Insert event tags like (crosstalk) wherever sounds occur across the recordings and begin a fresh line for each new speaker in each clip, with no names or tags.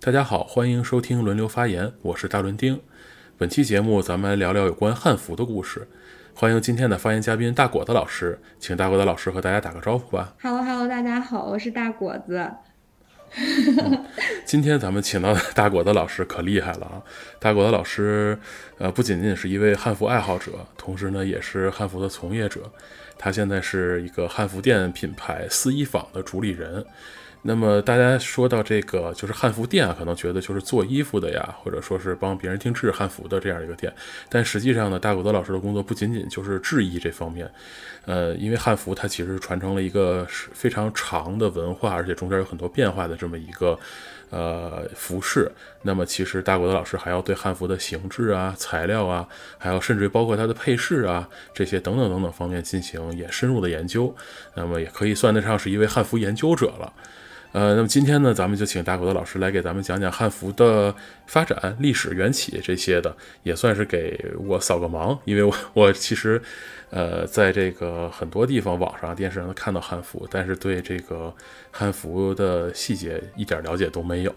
大家好，欢迎收听轮流发言，我是大伦丁。本期节目咱们来聊聊有关汉服的故事。欢迎今天的发言嘉宾大果子老师，请大果子老师和大家打个招呼吧。
Hello Hello，大家好，我是大果子。啊
(laughs) 今天咱们请到的大果子老师可厉害了啊！大果子老师，呃，不仅仅是一位汉服爱好者，同时呢，也是汉服的从业者。他现在是一个汉服店品牌四一坊的主理人。那么大家说到这个，就是汉服店啊，可能觉得就是做衣服的呀，或者说是帮别人定制汉服的这样一个店，但实际上呢，大果子老师的工作不仅仅就是制衣这方面，呃，因为汉服它其实传承了一个是非常长的文化，而且中间有很多变化的这么一个呃服饰。那么其实大果子老师还要对汉服的形制啊、材料啊，还有甚至于包括它的配饰啊这些等等等等方面进行也深入的研究，那么也可以算得上是一位汉服研究者了。呃，那么今天呢，咱们就请大口的老师来给咱们讲讲汉服的发展、历史缘起这些的，也算是给我扫个盲，因为我我其实，呃，在这个很多地方、网上、啊电视上都看到汉服，但是对这个汉服的细节一点了解都没有。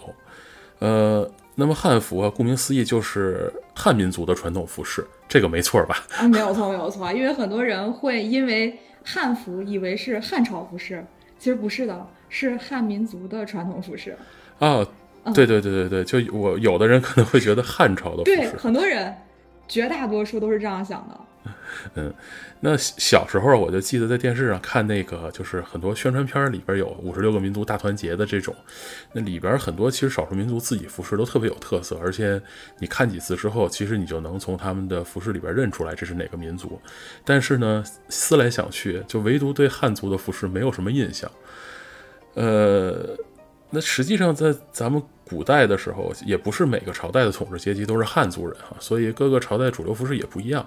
呃，那么汉服啊，顾名思义就是汉民族的传统服饰，这个没错吧？ (laughs)
啊，没有错，没有错，因为很多人会因为汉服以为是汉朝服饰，其实不是的，是汉民族的传统服饰。
啊，
嗯
对对对对对，就我有的人可能会觉得汉朝的服
对，
饰，
很多人，绝大多数都是这样想的。
那小小时候我就记得在电视上看那个，就是很多宣传片里边有五十六个民族大团结的这种，那里边很多其实少数民族自己服饰都特别有特色，而且你看几次之后，其实你就能从他们的服饰里边认出来这是哪个民族。但是呢，思来想去，就唯独对汉族的服饰没有什么印象。呃，那实际上在咱们古代的时候，也不是每个朝代的统治阶级都是汉族人哈，所以各个朝代主流服饰也不一样。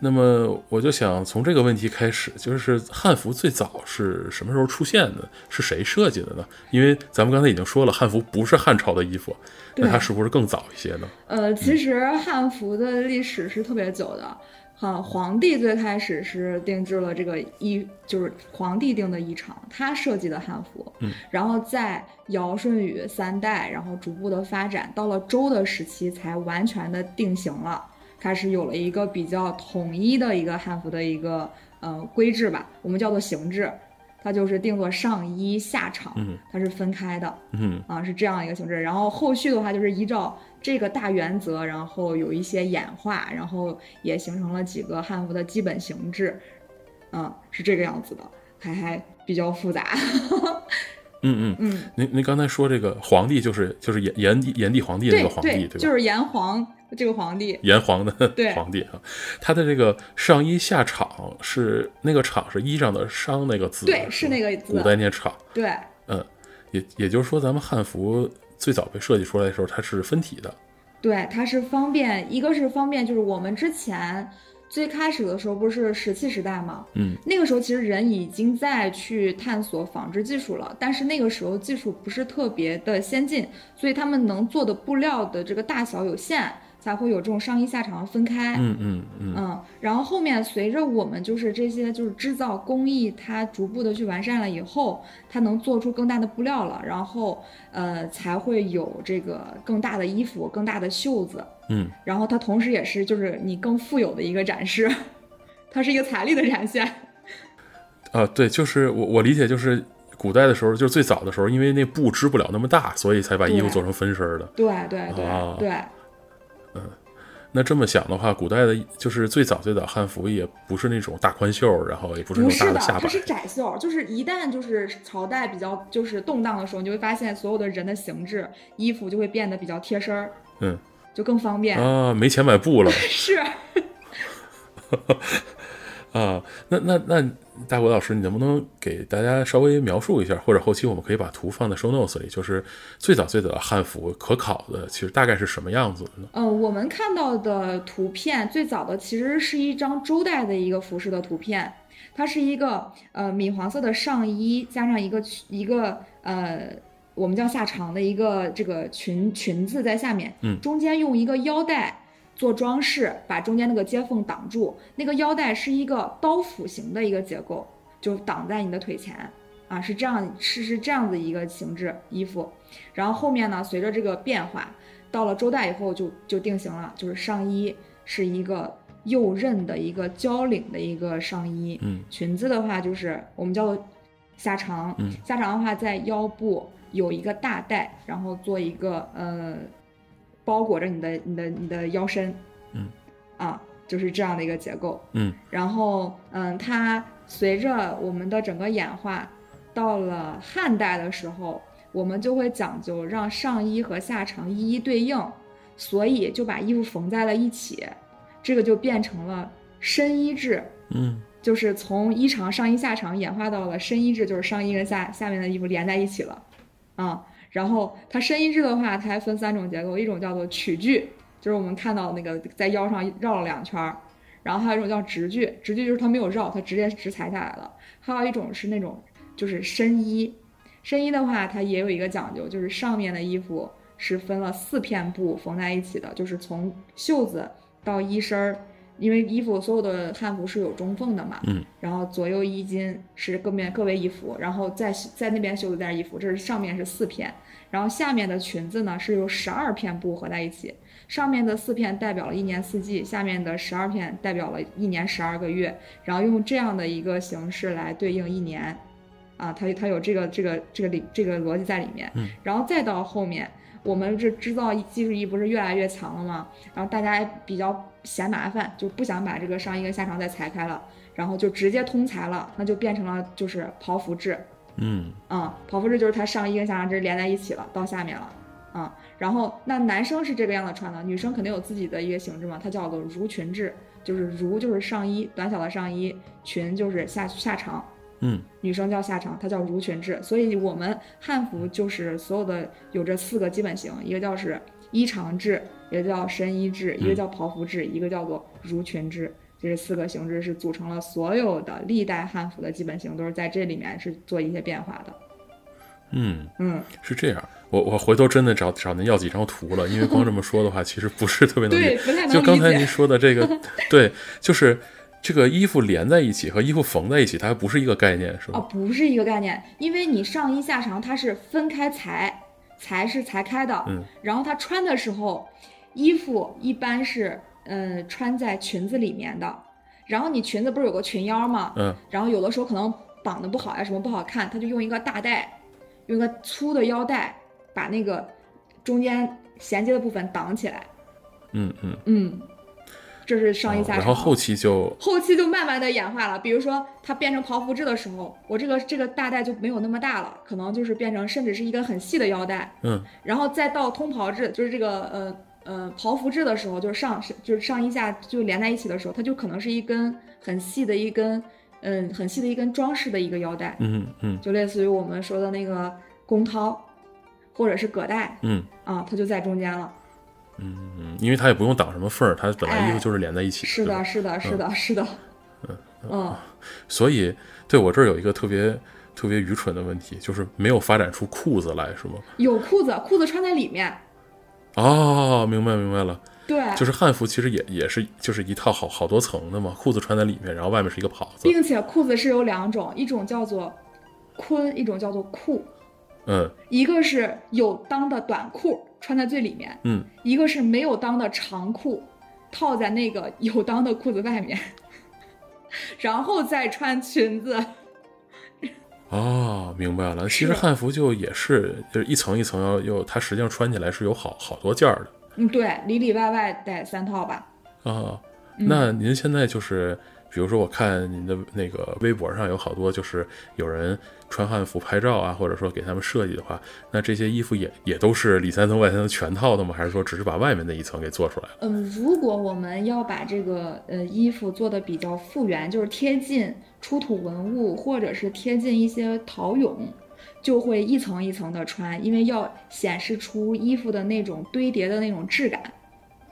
那么我就想从这个问题开始，就是汉服最早是什么时候出现的？是谁设计的呢？因为咱们刚才已经说了，汉服不是汉朝的衣服，那
对
它是不是更早一些呢？
呃，其实汉服的历史是特别久的。啊，皇帝最开始是定制了这个衣，就是皇帝定的衣裳，他设计的汉服。
嗯，
然后在尧、舜、禹三代，然后逐步的发展，到了周的时期才完全的定型了，开始有了一个比较统一的一个汉服的一个呃规制吧，我们叫做形制，它就是定做上衣下裳，
嗯
它是分开的。
嗯
啊，是这样一个形式。然后后续的话，就是依照这个大原则，然后有一些演化，然后也形成了几个汉服的基本形制，嗯，是这个样子的，还还比较复杂。
嗯嗯。
嗯，
您您刚才说这个皇帝就是就是炎炎帝炎帝皇帝那
对
个皇帝对吧？
就是炎黄这个皇帝，
炎黄的
对
(laughs) 皇帝啊，他的这个上衣下场是那个场是衣裳的裳那个字，
对，是那
个
个
啊古
字，
代念场，
对，
嗯，也也就是说咱们汉服最早被设计出来的时候，它是分体的，
对，它是方便，一个是方便，就是我们之前最开始的时候不是石器时代吗？
嗯，
那个时候其实人已经在去探索纺织技术了，但是那个时候技术不是特别的先进，所以他们能做的布料的这个大小有限，才会有这种上衣下长分开。
嗯嗯嗯
嗯，然后后面随着我们就是这些就是制造工艺，它逐步的去完善了以后，它能做出更大的布料了，然后呃才会有这个更大的衣服、更大的袖子，
嗯，
然后它同时也是就是你更富有的一个展示， (laughs) 它是一个财力的展现。
啊，对，就是我我理解就是古代的时候，就是最早的时候，因为那布织不了那么大，所以才把衣服
对
做成分身儿的。
(laughs) 对对对、
啊
对，
那这么想的话，古代的就是最早最早汉服也不是那种大宽袖儿，然后也不是那
不
种大
是
的
的，
下
它
摆
是窄袖，就是一旦就是朝代比较就是动荡的时候，你就会发现所有的人的形制、衣服就会变得比较贴身儿，
嗯，
就更方便。
啊，没钱买布了。
(laughs) 是。
啊，那那那大国老师，你能不能给大家稍微描述一下，或者后期我们可以把图放在 show notes 里，就是最早最早的汉服可考的，其实大概是什么样子的呢？
呃，我们看到的图片最早的其实是一张周代的一个服饰的图片，它是一个呃米黄色的上衣加上一个裙一个呃我们叫下长的一个这个裙裙子在下面，
嗯
中间用一个腰带。做装饰，把中间那个接缝挡住。那个腰带是一个刀斧形的一个结构，就挡在你的腿前。啊，是这样是是这样子一个形制衣服。然后后面呢，随着这个变化，到了周代以后就就定型了，就是上衣是一个右衽的一个交领的一个上衣，
嗯，
裙子的话就是我们叫做下长，
嗯
下长的话在腰部有一个大带，然后做一个呃包裹着你的你的你的腰身，
嗯，
啊，就是这样的一个结构。
嗯，
然后嗯，它随着我们的整个演化，到了汉代的时候，我们就会讲究让上衣和下长一一对应，所以就把衣服缝在了一起，这个就变成了深衣制。
嗯
就是从衣长上衣下长演化到了深衣制，就是上衣跟下下面的衣服连在一起了，啊，然后它深衣制的话，它还分三种结构，一种叫做曲裾，就是我们看到那个在腰上绕了两圈儿，然后还有一种叫直裾，直裾就是它没有绕，它直接直裁下来了，还有一种是那种就是深衣，深衣的话，它也有一个讲究，就是上面的衣服是分了四片布缝在一起的，就是从袖子到衣身儿，因为衣服所有的汉服是有中缝的嘛，
嗯，
然后左右衣襟是各面各为一幅，然后在在那边袖子带一幅，这是上面是四片，然后下面的裙子呢是由十二片布合在一起，上面的四片代表了一年四季，下面的十二片代表了一年十二个月，然后用这样的一个形式来对应一年，啊，它它有这个这个这个理这个逻辑在里面，
嗯，
然后再到后面。我们这制造技术力不是越来越强了吗？然后大家哎比较嫌麻烦，就不想把这个上衣跟下长再裁开了，然后就直接通裁了，那就变成了就是袍服制
嗯
啊、袍服制就是它上衣跟下长这连在一起了，到下面了啊、然后那男生是这个样子穿的，女生肯定有自己的一个形制嘛，它叫做襦裙制，就是襦就是上衣，短小的上衣，裙就是下下长，
嗯
女生叫下长，它叫襦裙制。所以我们汉服就是所有的有这四个基本型，一个叫是衣长制，一个叫深衣制，一个
嗯
叫袍服制，一个叫做襦裙制。这是四个形制是组成了所有的历代汉服的基本型，都是在这里面是做一些变化的。
嗯，
嗯，
是这样。我我回头真的找找您要几张图了，因为光这么说
(laughs)
的话，其实不是特别能理
对，
解。
不太
就
能
刚
理
才您
解。
说的这
(laughs)
个，对，就是这个衣服连在一起和衣服缝在一起，它还不是一个概念，是
哦，
吧？
不是一个概念，因为你上衣下长它是分开裁，裁是裁开的，
嗯
然后他穿的时候，衣服一般是呃穿在裙子里面的，然后你裙子不是有个裙腰吗？
嗯
然后有的时候可能绑的不好呀，什么不好看，他就用一个大带，用一个粗的腰带把那个中间衔接的部分挡起来。
嗯嗯。
嗯，这是上衣
哦
下长。
然后后期就
后期就慢慢的演化了，比如说它变成袍服制的时候，我这个这个大带就没有那么大了，可能就是变成甚至是一根很细的腰带，
嗯
然后再到通袍制，就是这个呃呃袍服制的时候，就是上就是上衣下就连在一起的时候，它就可能是一根很细的一根，嗯，很细的一根装饰的一个腰带，
嗯嗯
就类似于我们说的那个弓绦，或者是葛带
嗯
啊，它就在中间了。
嗯，因为它也不用挡什么缝儿，它本来衣服
哎
就是连在一起。
是
对吧
的，是的，是的，是的。嗯，
所以对我这儿有一个特别特别愚蠢的问题，就是没有发展出裤子来，是吗？
有裤子，裤子穿在里面。
哦，明白明白了，
对，
就是汉服其实也也是就是一套好好多层的嘛，裤子穿在里面，然后外面是一个袍子。
并且裤子是有两种，一种叫做坤，一种叫做裤。
嗯
一个是有裆的短裤穿在最里面，
嗯，
一个是没有裆的长裤套在那个有裆的裤子外面， (laughs) 然后再穿裙子。
哦，明白了。其
是
实汉服就也是就是一层一层要又，它实际上穿起来是有好好多件儿的
嗯，对，里里外外得三套吧。
啊。
嗯
那您现在就是。比如说，我看您的那个微博上有好多，就是有人穿汉服拍照啊，或者说给他们设计的话，那这些衣服也也都是里三层外三层全套的吗？还是说只是把外面那一层给做出来了？
嗯，如果我们要把这个呃衣服做的比较复原，就是贴近出土文物或者是贴近一些陶俑，就会一层一层的穿，因为要显示出衣服的那种堆叠的那种质感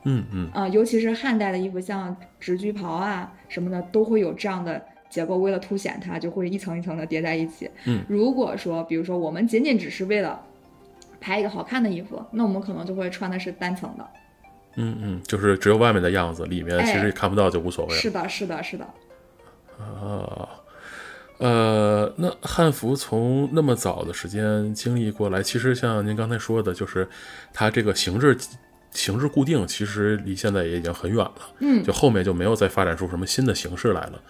嗯嗯
啊、尤其是汉代的衣服，像直裾袍啊什么的，都会有这样的结构，为了凸显它，就会一层一层的叠在一起。
嗯
如果说比如说我们仅仅只是为了拍一个好看的衣服，那我们可能就会穿的是单层的。
嗯嗯，就是只有外面的样子，里面其实
哎
看不到就无所谓了。
是的，是的，是的。
啊，呃，那汉服从那么早的时间经历过来，其实像您刚才说的，就是它这个形制形制固定，其实离现在也已经很远了，
嗯，
就后面就没有再发展出什么新的形式来了。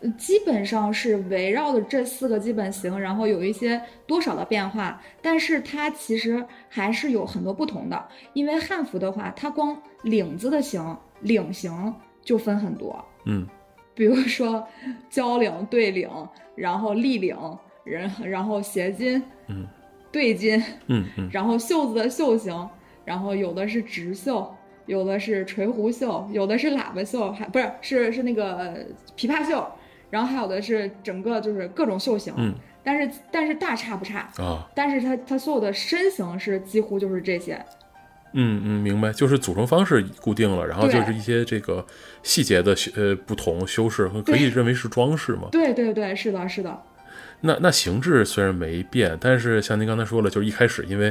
呃基本上是围绕着这四个基本型，然后有一些多少的变化，但是它其实还是有很多不同的。因为汉服的话，它光领子的型、领型就分很多，
嗯，
比如说交领、对领，然后立领，然然后斜襟，
嗯，
对襟，
嗯嗯
然后袖子的袖型，然后有的是直袖，有的是垂弧袖，有的是喇叭袖，还不是是是那个呃琵琶袖，然后还有的是整个就是各种袖型，
嗯
但是但是大差不差，
啊，
但是它它所有的身形是几乎就是这些，
嗯嗯，明白，就是组成方式固定了，然后
对
就是一些这个细节的修呃不同修饰，可以
对
认为是装饰嘛。
对对对，是的，是的，
那那形制虽然没变，但是像您刚才说了，就是一开始因为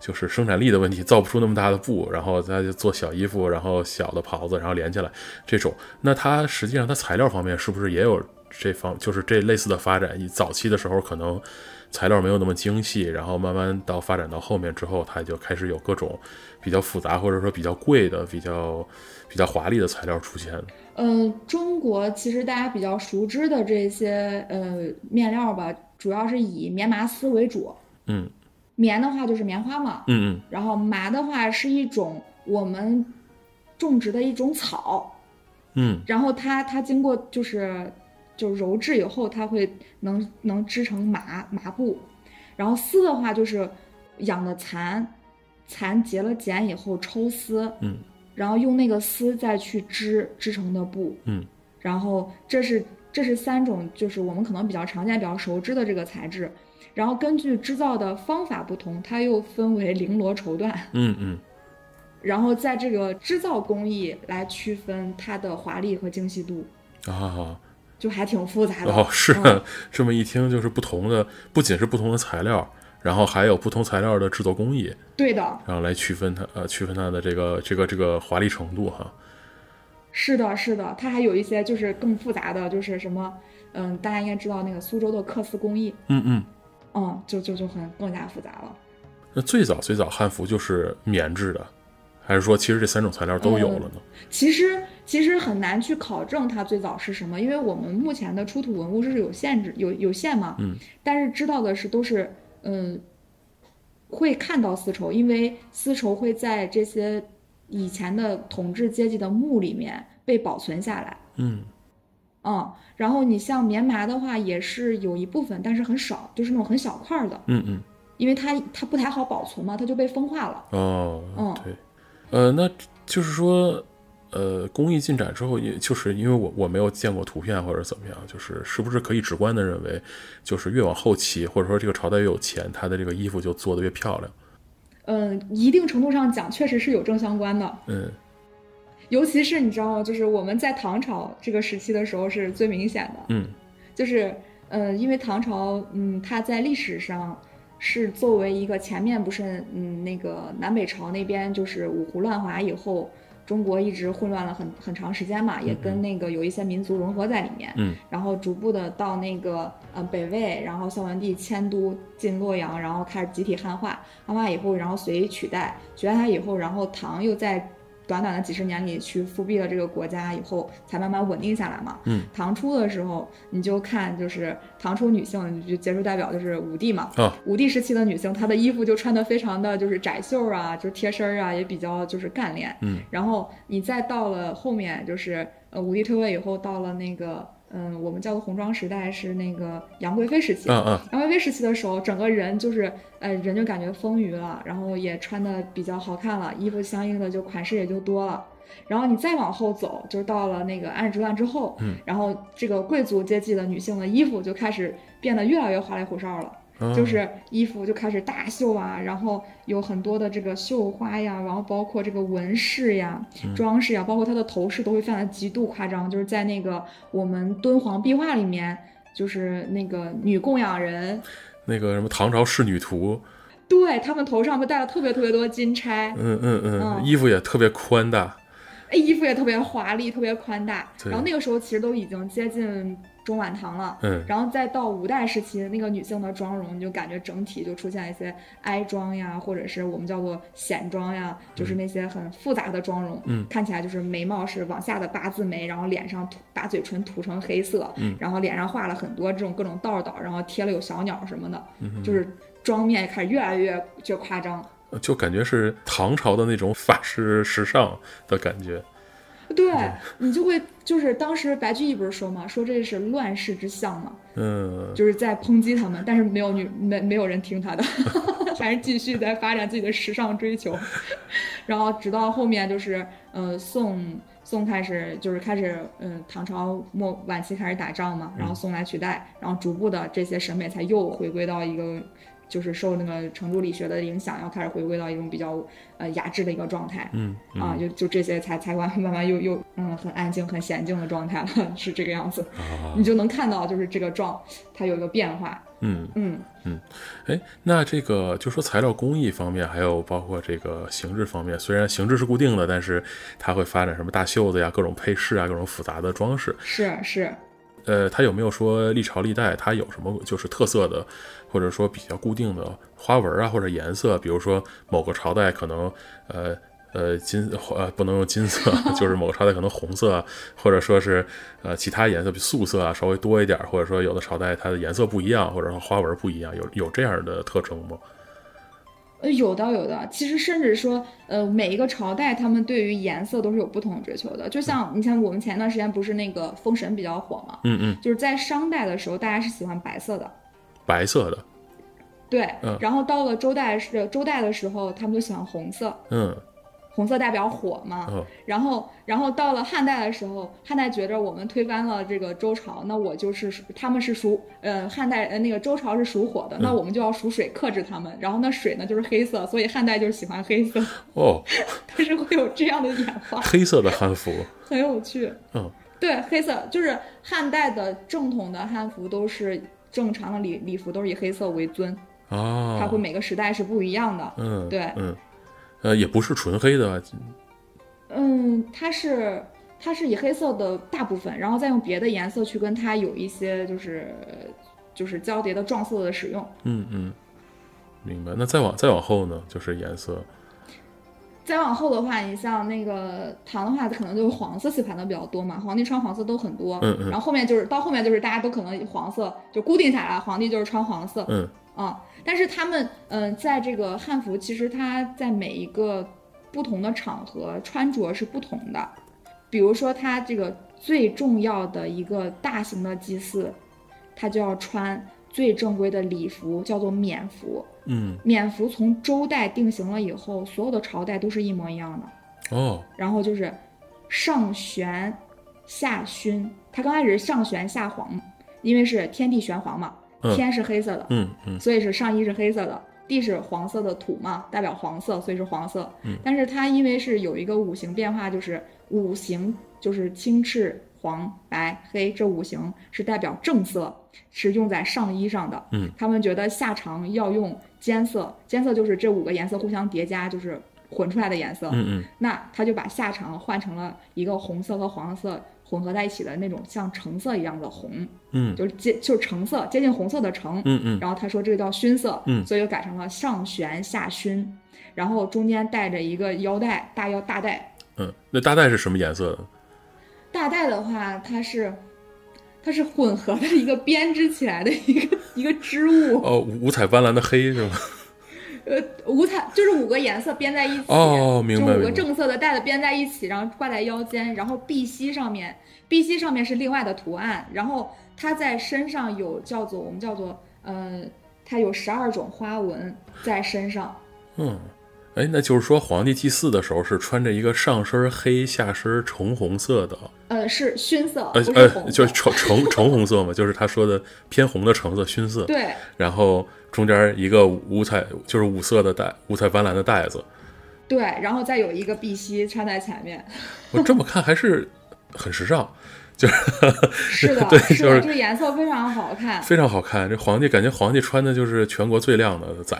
就是生产力的问题，造不出那么大的布，然后他就做小衣服，然后小的袍子，然后连起来这种。那它实际上它材料方面是不是也有这方，就是这类似的发展？你早期的时候可能材料没有那么精细，然后慢慢到发展到后面之后，它就开始有各种比较复杂或者说比较贵的、比较比较华丽的材料出现。
嗯，中国其实大家比较熟知的这些呃面料吧，主要是以棉麻丝为主，
嗯
棉的话就是棉花嘛，
嗯
然后麻的话是一种我们种植的一种草，
嗯
然后它它经过就是就揉制以后，它会能能织成麻麻布，然后丝的话就是养的蚕，蚕结了茧以后抽丝，
嗯
然后用那个丝再去织织成的布，
嗯，
然后这是这是三种，就是我们可能比较常见、比较熟知的这个材质。然后根据制造的方法不同，它又分为绫罗绸缎，
嗯嗯
然后在这个制造工艺来区分它的华丽和精细度，
嗯啊。
就还挺复杂的。
哦，是、
嗯
这么一听就是不同的，不仅是不同的材料，然后还有不同材料的制作工艺，
(laughs) 对的，
然后来区分它呃区分它的这个这个这个华丽程度哈。
是的，是的，它还有一些就是更复杂的，就是什么，嗯，大家应该知道那个苏州的缂丝工艺，
嗯嗯，
嗯，就就就很更加复杂了。
那最早最早汉服就是棉制的，还是说其实这三种材料都有了呢？
其实其实很难去考证它最早是什么，因为我们目前的出土文物是有限制有有限嘛，
嗯，
但是知道的是都是嗯，会看到丝绸，因为丝绸会在这些以前的统治阶级的墓里面被保存下来，
嗯
嗯，然后你像棉麻的话也是有一部分，但是很少，就是那种很小块儿的，
嗯嗯，
因为它它不太好保存嘛，它就被风化了。
哦，
嗯
对，呃，那就是说。呃，工艺进展之后，也就是因为我我没有见过图片或者怎么样，就是是不是可以直观的认为，就是越往后期或者说这个朝代越有钱，它的这个衣服就做的越漂亮。
嗯，一定程度上讲，确实是有正相关的。
嗯
尤其是你知道吗？就是我们在唐朝这个时期的时候是最明显的，
嗯
就是呃，因为唐朝，嗯，它在历史上是作为一个前面不是，嗯，那个南北朝那边就是五胡乱华以后，中国一直混乱了很很长时间嘛，也跟那个有一些民族融合在里面，
嗯
然后逐步的到那个呃北魏，然后孝文帝迁都进洛阳，然后开始集体汉化，汉化以后，然后隋取代，取代它以后，然后唐又在短短的几十年里去复辟了这个国家，以后才慢慢稳定下来嘛。
嗯，
唐初的时候，你就看就是唐初女性就杰出代表就是武帝嘛。
啊
武帝时期的女性，她的衣服就穿的非常的就是窄袖啊，就是贴身儿啊，也比较就是干练。
嗯，
然后你再到了后面，就是呃武帝退位以后，到了那个嗯我们叫做红妆时代，是那个杨贵妃时期。
啊啊
杨贵妃时期的时候，整个人就是，呃，人就感觉丰腴了，然后也穿的比较好看了，衣服相应的就款式也就多了。然后你再往后走，就是到了那个安史之乱之后，
嗯，
然后这个贵族阶级的女性的衣服就开始变得越来越花里胡哨了，
啊，
就是衣服就开始大袖啊，然后有很多的这个绣花呀，然后包括这个纹饰呀、装饰呀，包括它的头饰都会非常的极度夸张，就是在那个我们敦煌壁画里面，就是那个女供养人，
那个什么唐朝仕女图，
对他们头上会戴了特别特别多金钗，
嗯嗯嗯，
嗯
衣服也特别宽大，
哎，衣服也特别华丽，特别宽大。
对
然后那个时候其实都已经接近中晚唐了，
嗯
然后再到五代时期，那个女性的妆容，你就感觉整体就出现了一些哀妆呀，或者是我们叫做显妆呀，就是那些很复杂的妆容，
嗯
看起来就是眉毛是往下的八字眉，然后脸上涂把嘴唇涂成黑色，
嗯
然后脸上画了很多这种各种道道，然后贴了有小鸟什么的，
嗯
就是妆面开始越来越越夸张，
就感觉是唐朝的那种法式时尚的感觉。
对
嗯
你就会就是当时白居易不是说嘛，说这是乱世之相嘛，
嗯，
就是在抨击他们，但是没有女没没有人听他的， (laughs) 还是继续在发展自己的时尚追求，然后直到后面就是呃宋宋开始就是开始嗯、呃唐朝末晚期开始打仗嘛，然后宋来取代，然后逐步的这些审美才又回归到一个。就是受那个程朱理学的影响，要开始回归到一种比较呃雅致的一个状态。
嗯嗯
啊，就就这些才才慢慢慢又又嗯很安静很娴静的状态了， (laughs) 是这个样子，
啊
你就能看到就是这个状它有一个变化，
嗯，
嗯，
哎，那这个就说材料工艺方面，还有包括这个形制方面，虽然形制是固定的，但是它会发展什么大袖子呀、各种配饰啊、各种复杂的装饰。
是是，
呃，它有没有说历朝历代它有什么就是特色的，或者说比较固定的花纹啊，或者颜色？比如说某个朝代可能呃呃金呃不能用金色， (laughs) 就是某个朝代可能红色，啊或者说是呃其他颜色比素色啊稍微多一点儿，或者说有的朝代它的颜色不一样，或者说花纹不一样，有有这样的特征吗？
呃有的有的，其实甚至说呃每一个朝代他们对于颜色都是有不同的追求的，就像你像我们前段时间不是那个封神比较火嘛，
嗯嗯，
就是在商代的时候大家是喜欢白色的。
白色的，
对
嗯，
然后到了周代是周代的时候，他们就喜欢红色，
嗯
红色代表火嘛。
哦
然后，然后到了汉代的时候，汉代觉着我们推翻了这个周朝，那我就是属他们是属呃汉代呃那个周朝是属火的，那我们就要属水克制他们。然后那水呢就是黑色，所以汉代就是喜欢黑色， (laughs)
哦，
它是会有这样的演化，
黑色的汉服，
很有趣。
嗯
对，黑色就是汉代的正统的汉服都是正常的礼礼服都是以黑色为尊，
啊，
它会每个时代是不一样的。
嗯
对
嗯，呃也不是纯黑的，
嗯，它是它是以黑色的大部分，然后再用别的颜色去跟它有一些就是就是交叠的撞色的使用。
嗯，嗯，明白。那再往再往后呢，就是颜色，
再往后的话，你像那个唐的话，可能就是黄色系盘的比较多嘛，皇帝穿黄色都很多。
嗯嗯
然后后面就是到后面就是大家都可能黄色就固定下来，皇帝就是穿黄色。
嗯
啊、但是他们，嗯、在这个汉服，其实它在每一个不同的场合穿着是不同的。比如说，它这个最重要的一个大型的祭祀，它就要穿最正规的礼服，叫做冕服。
嗯，
冕服从周代定型了以后，所有的朝代都是一模一样的。
哦，
然后就是上玄下熏，它刚开始是上玄下黄，因为是天地玄黄嘛，
嗯
天是黑色的，
嗯嗯
所以是上衣是黑色的，地是黄色的土嘛，代表黄色，所以是黄色。
嗯
但是它因为是有一个五行变化，就是五行就是青赤黄白黑这五行是代表正色，是用在上衣上的。
嗯，
他们觉得下长要用间色，间色就是这五个颜色互相叠加，就是混出来的颜色。
嗯
那他就把下长换成了一个红色和黄色混合在一起的那种像橙色一样的红，
嗯
就是接就是橙色接近红色的橙。
嗯嗯嗯，
然后他说这个叫熏色，
嗯
所以就改成了上旋下熏，然后中间带着一个腰带，大腰大带，
嗯，那大概是什么颜色的？
大带的话它是它是混合的一个编织起来的一个 (laughs) 一个织物，
哦，五五彩斑斓的黑是
(laughs)
吗？
呃，五彩就是五个颜色编在一起，
哦，明白
就五个
明白。
正色的带子编在一起，然后挂在腰间，然后臂膝上面，臂膝上面是另外的图案，然后它在身上有叫做我们叫做呃，它有十二种花纹在身上。
嗯，哎，那就是说皇帝祭祀的时候是穿着一个上身黑、下身橙红色的，啊
呃，是熏色，
呃
不是红
呃，
色。
就是橙橙橙红色嘛，就是他说的偏红的橙色熏色，
对
然后中间一个五彩就是五色的带，五彩斑斓的带子，
对，然后再有一个碧玺穿在
(laughs)
前面，
我这么看还是很时尚， (laughs)
是的，
对
是
就
的，
是
这个颜色非常好看。
非常好看。这皇帝感觉皇帝穿的就是全国最靓的仔，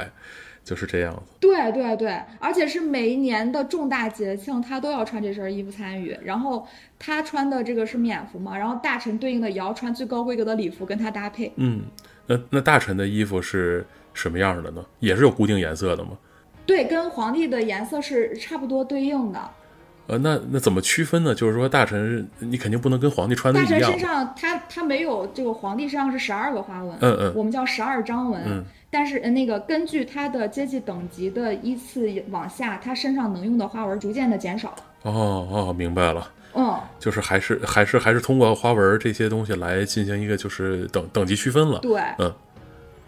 就是这样子。
对对对，而且是每一年的重大节庆，他都要穿这身衣服参与。然后他穿的这个是冕服嘛，然后大臣对应的也要穿最高规格的礼服跟他搭配。
嗯，那那大臣的衣服是什么样的呢？也是有固定颜色的吗？
对，跟皇帝的颜色是差不多对应的。
呃，那那怎么区分呢？就是说，大臣你肯定不能跟皇帝穿的
大
一
臣
样
身。上他他没有这个皇帝身上是十二个花纹，
嗯嗯
我们叫十二章纹。
嗯
但是呃那个根据他的阶级等级的依次往下，他身上能用的花纹逐渐的减少。
哦哦，明白了，
嗯，
就是还是还是还是通过花纹这些东西来进行一个就是等等级区分了。
对，
嗯，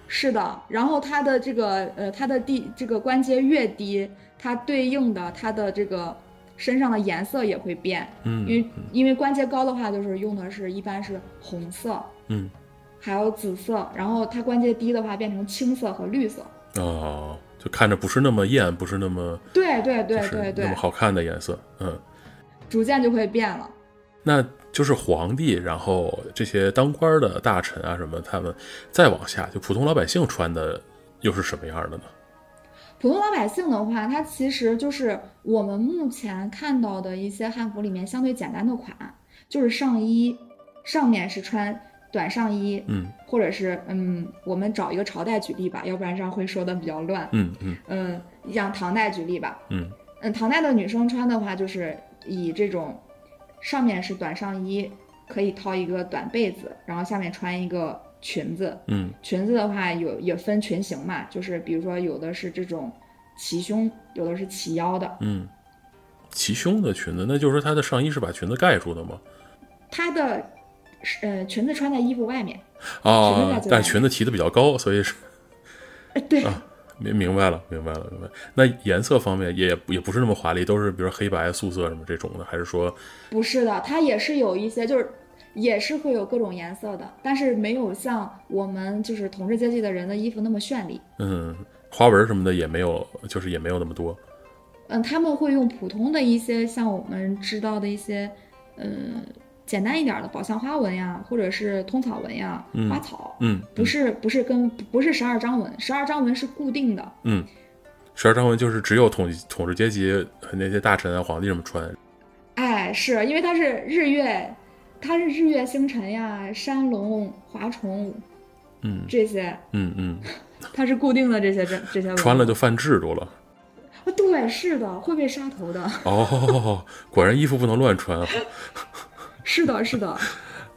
是的。然后他的这个呃，他的地这个关节越低，它对应的他的这个身上的颜色也会变，因
嗯
为因为关节高的话，就是用的是一般是红色，
嗯
还有紫色，然后它关节低的话变成青色和绿色。
哦，就看着不是那么艳，不是那么
对对对
就是
对
那么
对，
好看的颜色。嗯，
逐渐就会变了。
那就是皇帝，然后这些当官的大臣啊什么，他们再往下，就普通老百姓穿的又是什么样的呢？
普通老百姓的话，它其实就是我们目前看到的一些汉服里面相对简单的款，就是上衣上面是穿短上衣，
嗯
或者是嗯，我们找一个朝代举例吧，要不然这样会说的比较乱。
嗯嗯
嗯，像唐代举例吧，
嗯
嗯，唐代的女生穿的话，就是以这种上面是短上衣，可以套一个短被子，然后下面穿一个裙子，
嗯
裙子的话有也分裙型嘛，就是比如说有的是这种齐胸，有的是齐腰的。
嗯，齐胸的裙子，那就是说他的上衣是把裙子盖住的吗？
它的呃裙子穿在衣服外面，裙子
哦
在，最
但
外
裙子提的比较高，所以是
呃对、
明明白了，明白了，明白了。那颜色方面也也不是那么华丽，都是比如说黑白、素色什么这种的，还是说
不是的，它也是有一些就是。也是会有各种颜色的，但是没有像我们就是统治阶级的人的衣服那么绚丽。
嗯花纹什么的也没有，就是也没有那么多。
嗯，他们会用普通的一些像我们知道的一些，嗯，简单一点的宝相花纹呀，或者是通草纹呀、
嗯
花草，
嗯，
不是不是跟不是十二章纹，十二章纹是固定的，
十二章纹就是只有统统治阶级和那些大臣啊、皇帝什么穿。
哎，是因为它是日月，它是日月星辰呀、山龙、华虫
嗯
这些，
嗯嗯，
它是固定的这些这这些纹。
穿了就犯制度了。
啊对，是的，会被杀头的，
哦，果然衣服不能乱穿啊。
是的，是的，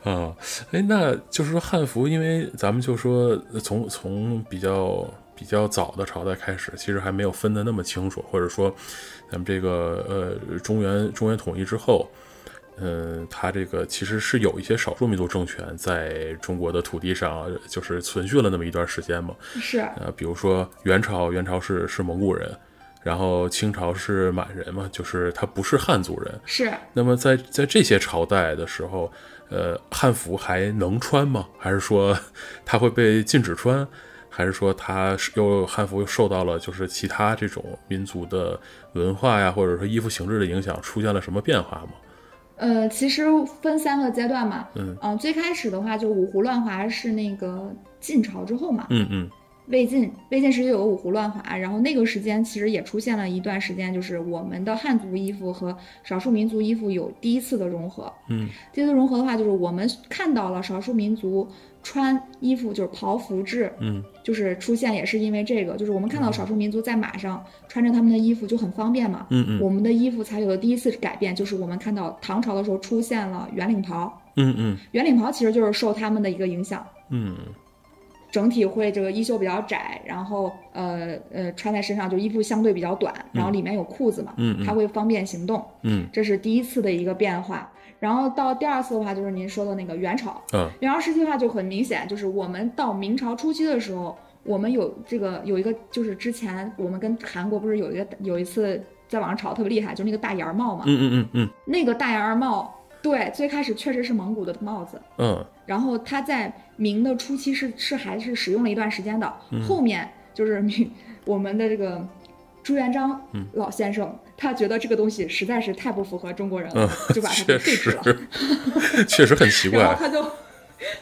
啊，哎，那就是说汉服，因为咱们就说呃从从比较比较早的朝代开始，其实还没有分得那么清楚，或者说咱们这个呃中原中原统一之后，嗯，它这个其实是有一些少数民族政权在中国的土地上呃就是存续了那么一段时间嘛。
是
呃，比如说元朝，元朝是是蒙古人，然后清朝是满人嘛，就是他不是汉族人。
是。
那么在在这些朝代的时候，呃，汉服还能穿吗？还是说它会被禁止穿？还是说它是又汉服又受到了就是其他这种民族的文化呀，或者说衣服形制的影响，出现了什么变化吗？
呃，其实分三个阶段嘛，
嗯
呃最开始的话就五胡乱华是那个晋朝之后嘛，
嗯嗯
魏晋魏晋时期有个五胡乱华，然后那个时间其实也出现了一段时间，就是我们的汉族衣服和少数民族衣服有第一次的融合。
嗯
第一次融合的话，就是我们看到了少数民族穿衣服就是袍服制，
嗯
就是出现也是因为这个，就是我们看到少数民族在马上穿着他们的衣服就很方便嘛，
嗯嗯
我们的衣服才有了第一次改变，就是我们看到唐朝的时候出现了圆领袍，
嗯嗯
圆领袍其实就是受他们的一个影响。
嗯
整体会这个衣袖比较窄，然后呃呃穿在身上就衣服相对比较短，然后里面有裤子嘛，
嗯嗯
它会方便行动，
嗯
这是第一次的一个变化。然后到第二次的话，就是您说的那个元朝，
啊
元朝时期的话就很明显，就是我们到明朝初期的时候，我们有这个有一个就是之前我们跟韩国不是有一个有一次在网上吵得特别厉害，就是那个大檐帽嘛，
嗯嗯嗯嗯
那个大檐帽，对，最开始确实是蒙古的帽子，
嗯
然后它在明的初期是是还是使用了一段时间的，
嗯
后面就是明我们的这个朱元璋
嗯
老先生，他觉得这个东西实在是太不符合中国人了，
嗯
就把它给
(laughs) 确
废止
实
了，
确实很奇
(laughs) 然后
怪，
他就。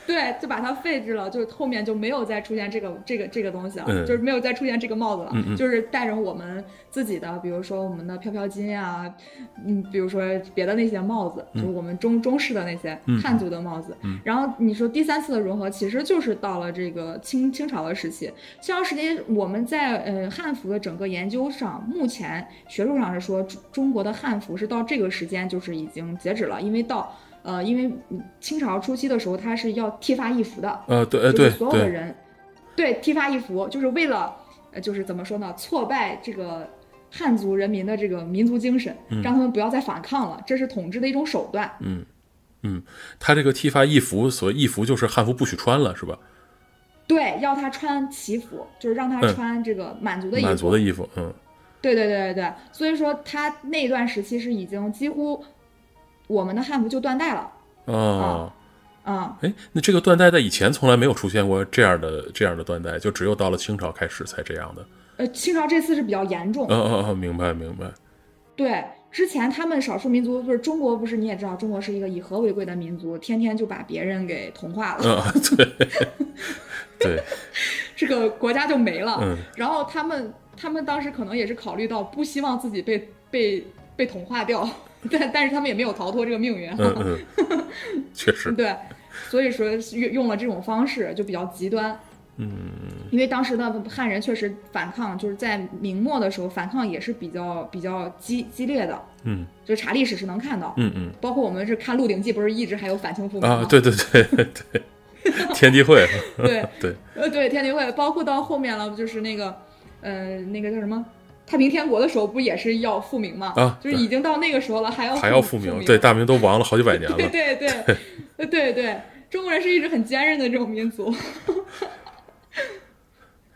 对，就把它废置了，就是后面就没有再出现这个这个这个东西了，
嗯
就是没有再出现这个帽子了，
嗯嗯
就是带着我们自己的，比如说我们的飘飘巾啊，嗯，比如说别的那些帽子，就是我们中中式的那些
嗯
汉族的帽子。
嗯
然后你说第三次的融合，其实就是到了这个清清朝的时期。清朝时期，我们在呃汉服的整个研究上，目前学术上是说中中国的汉服是到这个时间就是已经截止了，因为到。呃，因为清朝初期的时候，它是要剃发易服的，
呃，对，呃，
就
对
是所有的
对，
人，对剃发易服，就是为了，呃，就是怎么说呢，挫败这个汉族人民的这个民族精神，
嗯
让他们不要再反抗了，这是统治的一种手段。
他这个剃发易服，所谓易服就是汉服不许穿了，是吧？
对，要他穿旗服，就是让他
嗯
穿这个满族的衣
满
服。
族的衣服，嗯
对对对对对，所以说他那段时期是已经几乎我们的汉服就断代了
哦，
啊、
哎，那这个缎带在以前从来没有出现过这样的这样的缎带，就只有到了清朝开始才这样的。
呃，清朝这次是比较严重，
哦哦哦，明白明白，
对，之前他们少数民族就是中国，不是你也知道，中国是一个以和为贵的民族，天天就把别人给同化了，
嗯、啊，对对，
这个国家就没了。
嗯
然后他们他们当时可能也是考虑到不希望自己被被被同化掉，但但是他们也没有逃脱这个命运。
嗯嗯，确实，
(laughs) 对，所以说是用用了这种方式就比较极端。嗯，因为当时的汉人确实反抗，就是在明末的时候反抗也是比较比较激激烈的，
嗯
就查历史是能看到。
嗯嗯。
包括我们是看《鹿鼎记》，不是一直还有反清复明吗？
啊，对对对对，天地会，嗯
对
对，
呃对，天地会，包括到后面了，就是那个，呃，那个叫什么？太平天国的时候不也是要复明吗？
啊
就是已经到那个时候了，还要
还要复
复
明，
明，
对，大明都亡了好几百年
对
了，
对对对对对，中国人是一直很坚韧的这种民族， (laughs)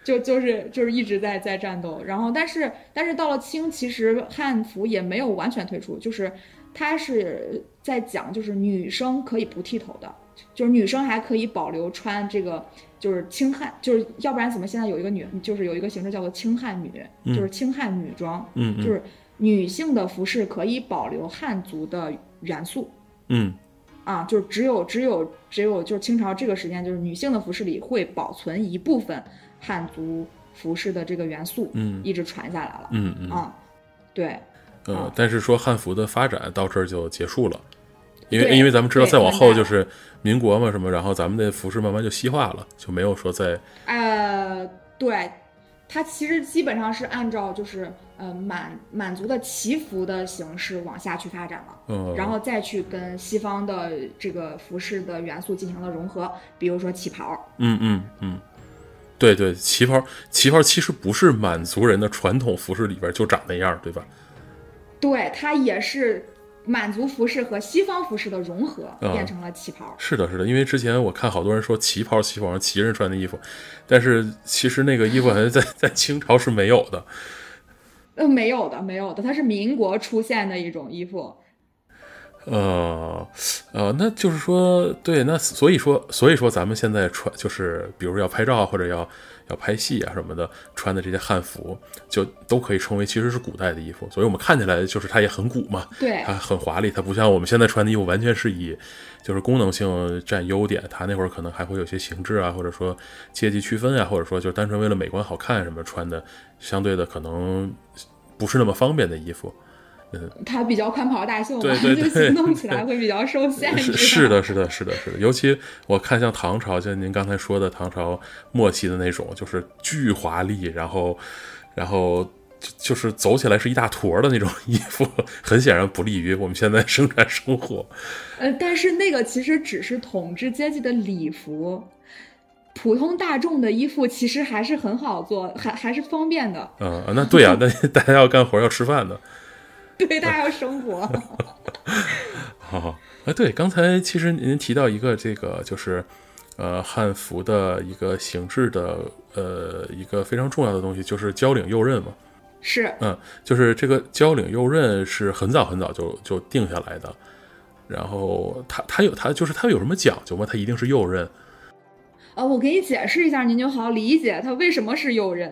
就就是就是一直在在战斗。然后，但是但是到了清，其实汉服也没有完全退出，就是它是在讲，就是女生可以不剃头的，就是女生还可以保留穿这个。就是清汉，就是要不然怎么现在有一个女，就是有一个形式叫做清汉女，
嗯
就是清汉女装，
嗯
就
嗯
是女性的服饰可以保留汉族的元素，
嗯
啊，就是只有只有只有就是清朝这个时间，就是女性的服饰里会保存一部分汉族服饰的这个元素，
嗯
一直传下来了、
嗯嗯，
啊。对，
呃
啊，
但是说汉服的发展到这儿就结束了，因为
对
因为咱们知道
对
再往
完
后
蛋
就是民国嘛什么，然后咱们的服饰慢慢就西化了，就没有说在
呃，对，它其实基本上是按照就是呃满满族的旗服的形式往下去发展了。
呃，
然后再去跟西方的这个服饰的元素进行了融合，比如说旗袍，
嗯嗯嗯，对对，旗袍旗袍其实不是满族人的传统服饰里边就长那样儿，对吧？
对，它也是满族服饰和西方服饰的融合，
啊
变成了旗袍。
是的，是的，因为之前我看好多人说旗袍，旗袍上旗人穿的衣服，但是其实那个衣服好像在在清朝是没有的。
呃，没有的，没有的，它是民国出现的一种衣服。
呃，呃，那就是说，对，那所以说，所以说咱们现在穿，就是比如要拍照或者要要拍戏啊什么的，穿的这些汉服，就都可以称为其实是古代的衣服，所以我们看起来就是它也很古嘛，
对
它很华丽，它不像我们现在穿的衣服，完全是以就是功能性占优点。它那会儿可能还会有些形制啊，或者说阶级区分啊，或者说就是单纯为了美观好看什么穿的，相对的可能不是那么方便的衣服。
它比较宽袍大袖嘛，
对对
(laughs) 就
对
行动起来会比较受限
是
制。
是，的，是的，是的，是的。尤其我看像唐朝，像您刚才说的唐朝末期的那种，就是巨华丽，然后，然后就就是走起来是一大坨儿的那种衣服，很显然不利于我们现在生产生活。
呃，但是那个其实只是统治阶级的礼服，普通大众的衣服其实还是很好做，还还是方便的。 (laughs)
嗯，那对啊，那大家要干活要吃饭的。
对，大家要
(laughs)
生活。
好好啊，对，刚才其实您提到一个这个就是，呃，汉服的一个形制的呃一个非常重要的东西，就是交领右衽嘛。
是，
嗯，就是这个交领右衽是很早很早就就定下来的。然后它它有它就是它有什么讲究吗？它一定是右衽。
呃，我给你解释一下，您就好理解它为什么是右衽。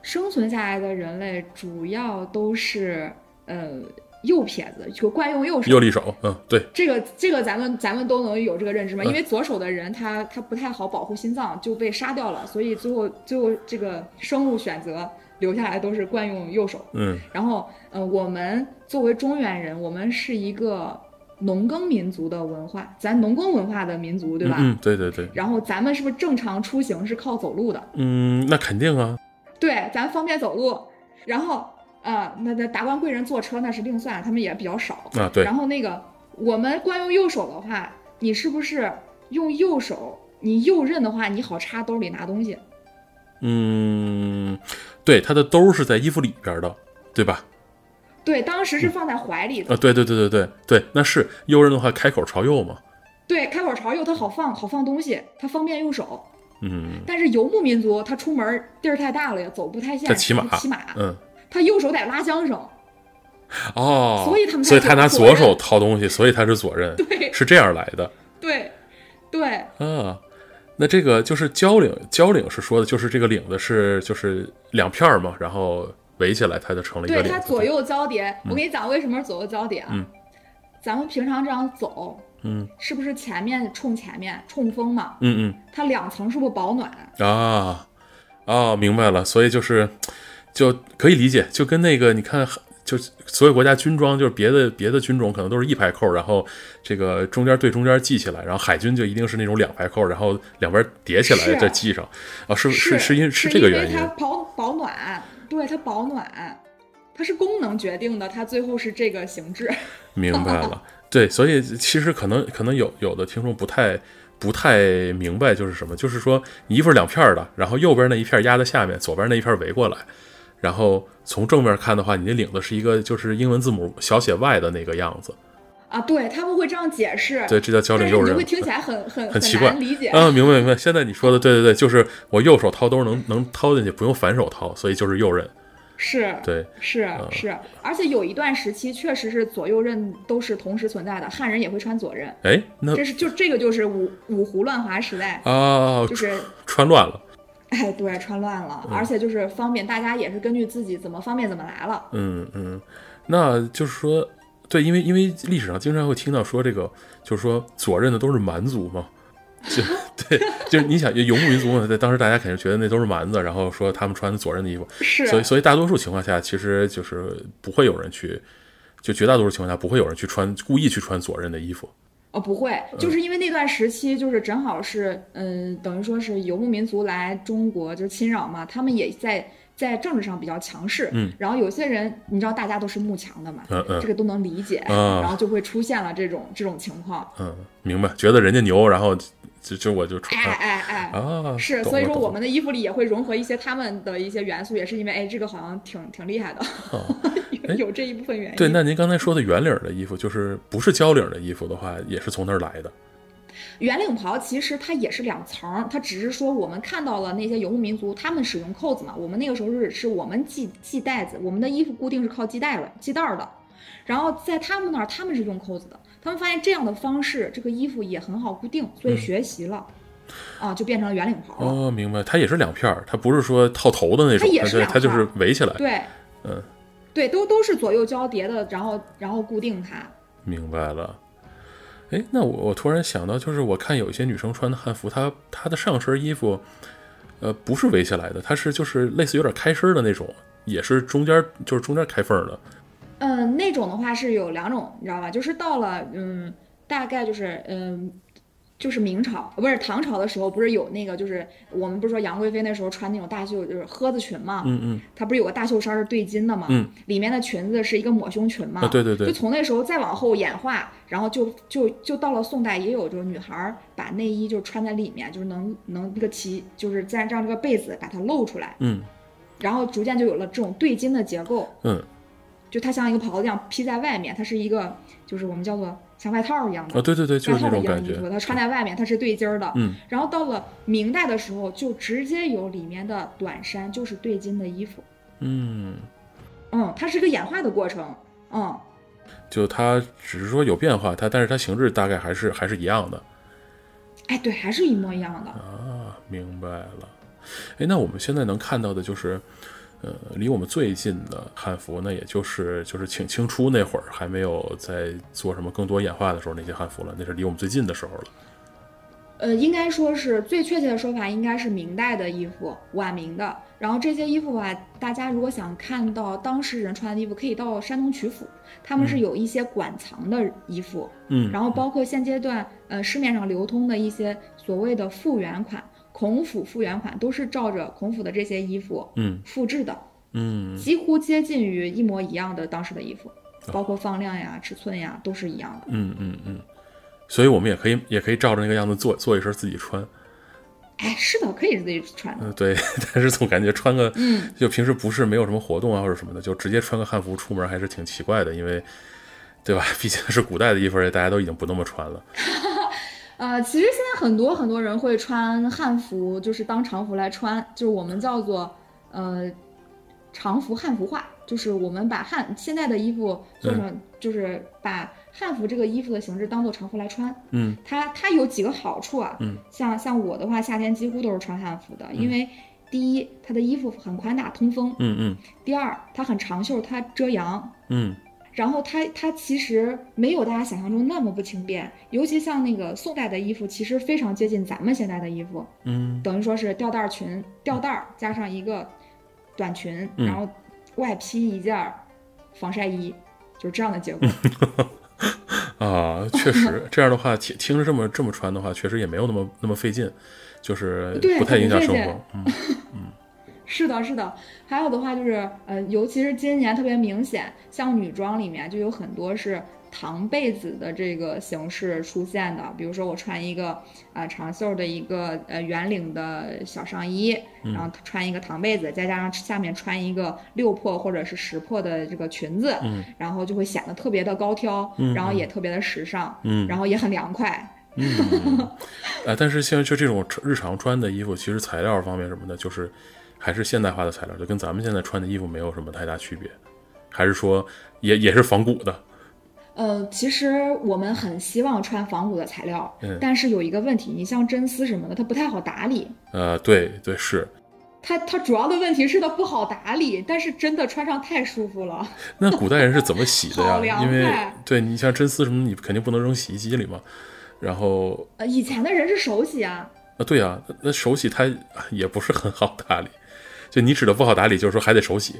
生存下来的人类主要都是呃右撇子，就惯用右手。
右利手，嗯，对，
这个这个咱们咱们都能有这个认知嘛，
嗯
因为左手的人他他不太好保护心脏，就被杀掉了，所以最后最后这个生物选择留下来都是惯用右手。
嗯
然后，嗯、我们作为中原人，我们是一个农耕民族的文化，咱农耕文化的民族，对
嗯
吧？
嗯，对对对，
然后咱们是不是正常出行是靠走路的？
嗯，那肯定啊，
对，咱方便走路。然后，呃，那那达官贵人坐车那是另算，他们也比较少。
啊对，
然后那个我们惯用右手的话，你是不是用右手？你右刃的话，你好插兜里拿东西。
嗯，对，它的兜儿是在衣服里边儿的，对吧？
对，当时是放在怀里的。
啊，对对对对对对，那是右刃的话，开口朝右嘛，
对，开口朝右，它好放，好放东西，它方便用手。
嗯
但是游牧民族他出门地儿太大了，也走不太现
在
实，
骑马
骑马，
嗯，
他右手得拉缰绳。
哦，
所以他们才
他拿
左
左
刃
手掏东西，所以他是左刃，
对
是这样来的
对对
啊。那这个就是交领，交领是说的，就是这个领子是就是两片儿嘛，然后围起来，它就成了一个
对，
领
他
子。
左，右交叠。我跟你讲，为什么左右交叠啊？
嗯
咱们平常这样走，
嗯
是不是前面冲前面冲锋嘛？
嗯
它两层是不是保暖？
嗯啊啊，明白了。所以就是就可以理解，就跟那个你看，就是所有国家军装，就是别的别的军种可能都是一排扣，然后这个中间对中间系起来，然后海军就一定是那种两排扣，然后两边叠起来
是
再系上啊，是
是
是因
是
这个
因为
原因
它保保暖，对它保暖，它是功能决定的，它最后是这个形制。
明白了，对，所以其实可能可能有有的听众不太不太明白，就是什么，就是说你衣服是两片儿的，然后右边那一片儿压在下面，左边那一片儿围过来，然后从正面看的话，你那领子是一个就是英文字母小写 y 的那个样子，
啊，对他们会这样解释，
对，这叫交
但
领
是
右
你
刃
会，听起来很很
很奇怪
难理解。
啊，明白明白。现在你说的对对对，就是我右手掏兜能能掏进去，不用反手掏，所以就是右刃，
是，
对，
是
嗯
是，而且有一段时期确实是左右刃都是同时存在的，汉人也会穿左刃，
哎，那
这是就这个就是五五胡乱华时代，
啊， (laughs)
就是
穿乱了，
哎对穿乱了，
嗯
而且就是方便大家也是根据自己怎么方便怎么来了，
嗯，嗯，那就是说，对，因为因为历史上经常会听到说这个，就是说左任的都是蛮族嘛，
(laughs)
就对，就是你想游牧民族嘛，在当时大家肯定觉得那都是蛮子，然后说他们穿的左任的衣服，
是啊
所以所以大多数情况下，其实就是不会有人去，就绝大多数情况下不会有人去穿故意去穿左任的衣服，
哦，不会，
嗯
就是因为那段时期，就是正好是，嗯，等于说是游牧民族来中国就是侵扰嘛，他们也在在政治上比较强势，
嗯，
然后有些人你知道大家都是慕强的嘛，
嗯嗯
这个都能理解，
啊
然后就会出现了这种这种情况，
嗯，明白？觉得人家牛，然后就就我就
哎
穿
哎哎，
啊，嗯
是，
懂
所以
了
说
懂
我
了
们的衣服里也会融合一些他们的一些元素，也是因为哎，这个好像挺挺厉害的， (laughs) 有有这一部分原因，
嗯哎对，那您刚才说的圆领儿的衣服，就是不是交领儿的衣服的话，也是从那儿来的。
圆领袍其实它也是两层儿，它只是说我们看到了那些游牧民族他们使用扣子嘛，我们那个时候是是我们系系带子，我们的衣服固定是靠系带的系带儿的，然后在他们那儿他们是用扣子的，他们发现这样的方式这个衣服也很好固定，所以学习了，啊就变成了圆领袍了。
嗯哦，明白，它也是两片儿，它不是说套头的那
它
种，
也
它
是
对，
两
它就
片
是
儿
围起来。
对，
嗯，
对，都都是左右交叠的，然后然后固定它。
明白了。哎，那我我突然想到，就是我看有一些女生穿的汉服，她她的上身衣服，呃，不是围起来的，它是就是类似有点开身的那种，也是中间就是中间开缝的。
嗯，那种的话是有两种，你知道吧？就是到了嗯，大概就是嗯，就是明朝不是唐朝的时候，不是有那个就是我们不是说杨贵妃那时候穿那种大袖就是诃子裙嘛，
嗯嗯，
它不是有个大袖衫是对襟的嘛，
嗯
里面的裙子是一个抹胸裙嘛，
啊对对对
就从那时候再往后演化，然后就就就到了宋代，也有就是女孩儿把内衣就穿在里面，就是能能那个旗就是再让这个被子把它露出来，
嗯
然后逐渐就有了这种对襟的结构，
嗯，
就它像一个袍子一样披在外面，它是一个就是我们叫做像外套一样的
啊，对对对，就
外
是那
套的
种
一
感
样的衣
觉
服，。它穿在外面它是对襟儿的。
嗯，
然后到了明代的时候，就直接有里面的短衫，就是对襟的衣服。
嗯，
嗯，它是个演化的过程。嗯，
就它只是说有变化，它但是它形制大概还是还是一样的。
哎，对，还是一模一样的。
啊，明白了。哎，那我们现在能看到的就是，呃，离我们最近的汉服，那也就是就是清清初那会儿，还没有在做什么更多演化的时候，那些汉服了，那是离我们最近的时候了。
呃，应该说是最确切的说法，应该是明代的衣服，晚明的。然后这些衣服吧，大家如果想看到当事人穿的衣服，可以到山东曲阜，他们是有一些馆藏的衣服。
嗯，
然后包括现阶段呃市面上流通的一些所谓的复原款、孔府复原款，都是照着孔府的这些衣服
嗯
复制的，
嗯哦
几乎接近于一模一样的当时的衣服，包括放量呀、尺寸呀，都是一样的。
嗯嗯嗯，所以我们也可以也可以照着那个样子做做一身自己穿。
哎，是的，可以自己穿的。
嗯，对， (laughs) 但是总感觉穿个
嗯，
就平时不是没有什么活动啊或者什么的，就直接穿个汉服出门还是挺奇怪的，因为对吧？ (laughs) 毕竟是古代的衣服，而且大家都已经不那么穿了。
呃，其实现在很多很多人会穿汉服，就是当常服来穿，就是我们叫做呃常服汉服化，就是我们把汉现在的衣服
嗯
做成，就是把汉服这个衣服的形式当做常服来穿。
嗯
它它有几个好处啊，
嗯，
像像我的话，夏天几乎都是穿汉服的，因为第一，它的衣服很宽大通风；
嗯嗯
第二，它很长袖，它遮阳，
嗯
然后它它其实没有大家想象中那么不轻便，尤其像那个宋代的衣服，其实非常接近咱们现在的衣服，
嗯
等于说是吊带儿裙、吊带儿加上一个短裙，
嗯
然后外披一件儿防晒衣，就是这样的结果。
啊，确
(laughs)
实这样的话，听听着这么这么穿的话，确实也没有那么那么费劲，就是
对
不太
很
影响
费
生
劲
活。嗯
是的，是的。还有的话就是，呃，尤其是今年特别明显，像女装里面就有很多是唐被子的这个形式出现的。比如说我穿一个呃长袖的一个呃圆领的小上衣，然
嗯
后穿一个唐被子，再加上下面穿一个六破或者是十破的这个裙子，
嗯
然后就会显得特别的高挑，
嗯
然后也特别的时尚，
嗯
然后也很凉快。
嗯， (laughs) 啊，但是像就这种日常穿的衣服，其实材料方面什么的，就是还是现代化的材料，就跟咱们现在穿的衣服没有什么太大区别，还是说也也是仿古的。
呃，其实我们很希望穿仿古的材料，
嗯
但是有一个问题，你像真丝什么的，它不太好打理。
呃，对对是，
它它主要的问题是它不好打理，但是真的穿上太舒服了。
那古代人是怎么洗的
好
呀？
凉
因为
快
对你像真丝什么，你肯定不能扔洗衣机里嘛。然后
呃，以前的人是手洗啊，
啊，对啊，那那手洗它也不是很好打理。就你指的不好打理，就是说还得手洗。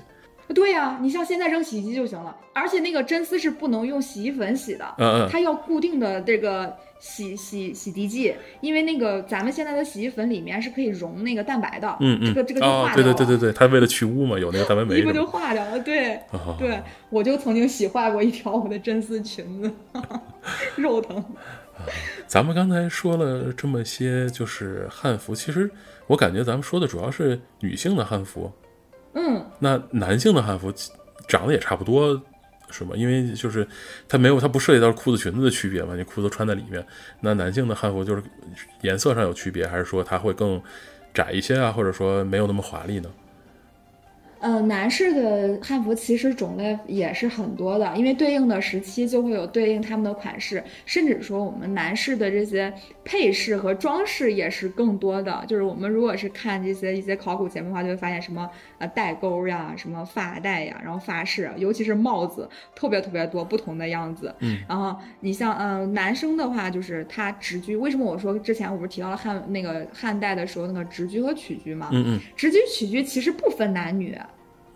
对呀、你像现在扔洗衣机就行了，而且那个真丝是不能用洗衣粉洗的，
嗯嗯
它要固定的这个洗洗洗涤剂，因为那个咱们现在的洗衣粉里面是可以溶那个蛋白的，
嗯嗯，
这个这个就
哦
化，
对
掉了，
对对对对，它为了去污嘛，有那个蛋白酶
(laughs)
什
衣服
么
就
的。
化掉了，对。
啊，
对，我就曾经洗坏过一条我的真丝裙子， (laughs) 肉疼。
咱们刚才说了这么些，就是汉服，其实我感觉咱们说的主要是女性的汉服，
嗯，
那男性的汉服长得也差不多，是吗？因为就是它没有，它不涉及到裤子裙子的区别嘛，你裤子穿在里面。那男性的汉服就是颜色上有区别，还是说它会更窄一些啊，或者说没有那么华丽呢？
呃，男士的汉服其实种类也是很多的，因为对应的时期就会有对应他们的款式，甚至说我们男士的这些配饰和装饰也是更多的。就是我们如果是看这些一些考古节目的话，就会发现什么呃带钩呀、什么发带呀，然后发饰，啊尤其是帽子，特别特别多不同的样子。
嗯，
然后你像呃男生的话，就是他直居，为什么我说之前我不是提到了汉那个汉代的时候那个直居和曲居嘛？
嗯嗯
直居曲居其实不分男女。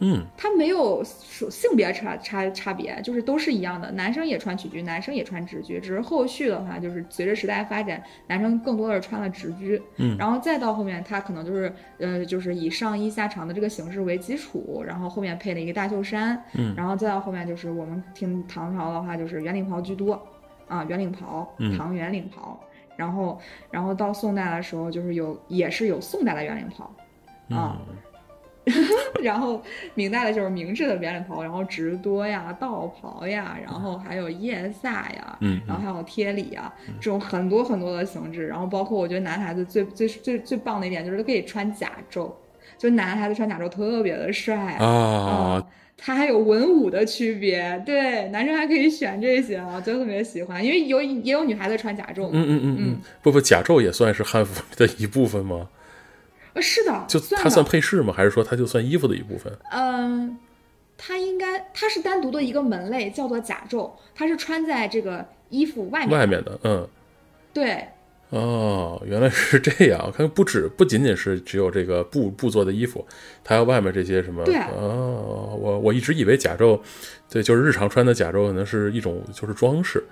嗯
它没有属性别差差差别，就是都是一样的，男生也穿曲裾，男生也穿直裾，只是后续的话，就是随着时代发展，男生更多的是穿了直裾，
嗯
然后再到后面，他可能就是呃，就是以上衣下长的这个形式为基础，然后后面配了一个大袖衫，
嗯
然后再到后面就是我们听唐朝的话，就是圆领袍居多，啊，圆领袍
嗯，
唐圆领袍，然后然后到宋代的时候，就是有也是有宋代的圆领袍，啊，然后明代的就是明制的圆领袍，然后直多呀、道袍呀，然后还有腋下呀，
嗯
然后还有贴里呀，这种很多很多的形制。然后包括我觉得男孩子最最最最棒的一点就是都可以穿甲胄，就男孩子穿甲胄特别的帅。
啊
嗯，它还有文武的区别，对，男生还可以选这些啊，我就特别喜欢，因为有也有女孩子穿甲胄嘛，
嗯嗯嗯嗯，不不，甲胄也算是汉服的一部分吗？
呃是的，
就
算
它
吧
算配饰吗？还是说它就算衣服的一部分？
嗯，它应该它是单独的一个门类，叫做甲胄，它是穿在这个衣服外面的。
外面的，嗯，
对，
哦，原来是这样。我看不止不仅仅是只有这个布布做的衣服，还有外面这些什么。
对啊
哦，我我一直以为甲胄，对，就是日常穿的甲胄，可能是一种就是装饰。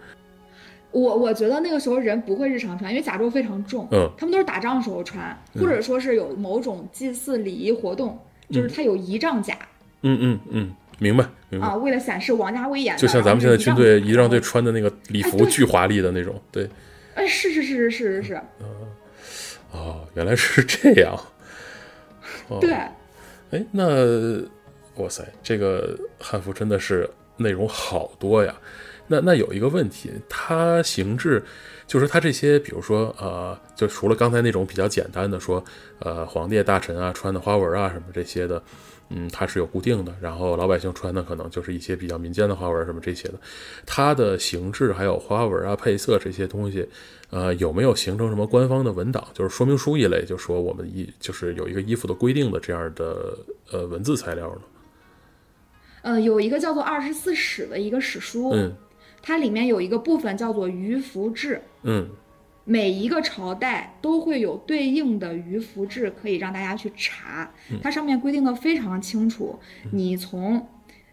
我我觉得那个时候人不会日常穿，因为甲胄非常重，
嗯
他们都是打仗的时候穿，或者说是有某种祭祀礼仪活动，就是它有仪仗甲
嗯嗯嗯，明白明白。
啊，为了显示王家威严的。
就像咱们现在军队仪仗队
然后
穿的那个礼
哦哎
服，
对
巨华丽的那种。对，
是，哎，是是是是是是
嗯
是，
哦，原来是这样。哦、
对，
哎，那哇塞，这个汉服真的是内容好多呀。那那有一个问题，它形制就是它这些，比如说呃，就除了刚才那种比较简单的说，呃，皇帝大臣啊穿的花纹啊什么这些的，嗯，它是有固定的。然后老百姓穿的可能就是一些比较民间的花纹什么这些的，它的形制还有花纹啊、配色这些东西，呃，有没有形成什么官方的文档，就是说明书一类，就说我们衣就是有一个衣服的规定的这样的呃文字材料呢？
嗯，有一个叫做《二十四史》的一个史书，
嗯
它里面有一个部分叫做鱼服制，
嗯，
每一个朝代都会有对应的鱼服制，可以让大家去查。
嗯
它上面规定的非常清楚，你从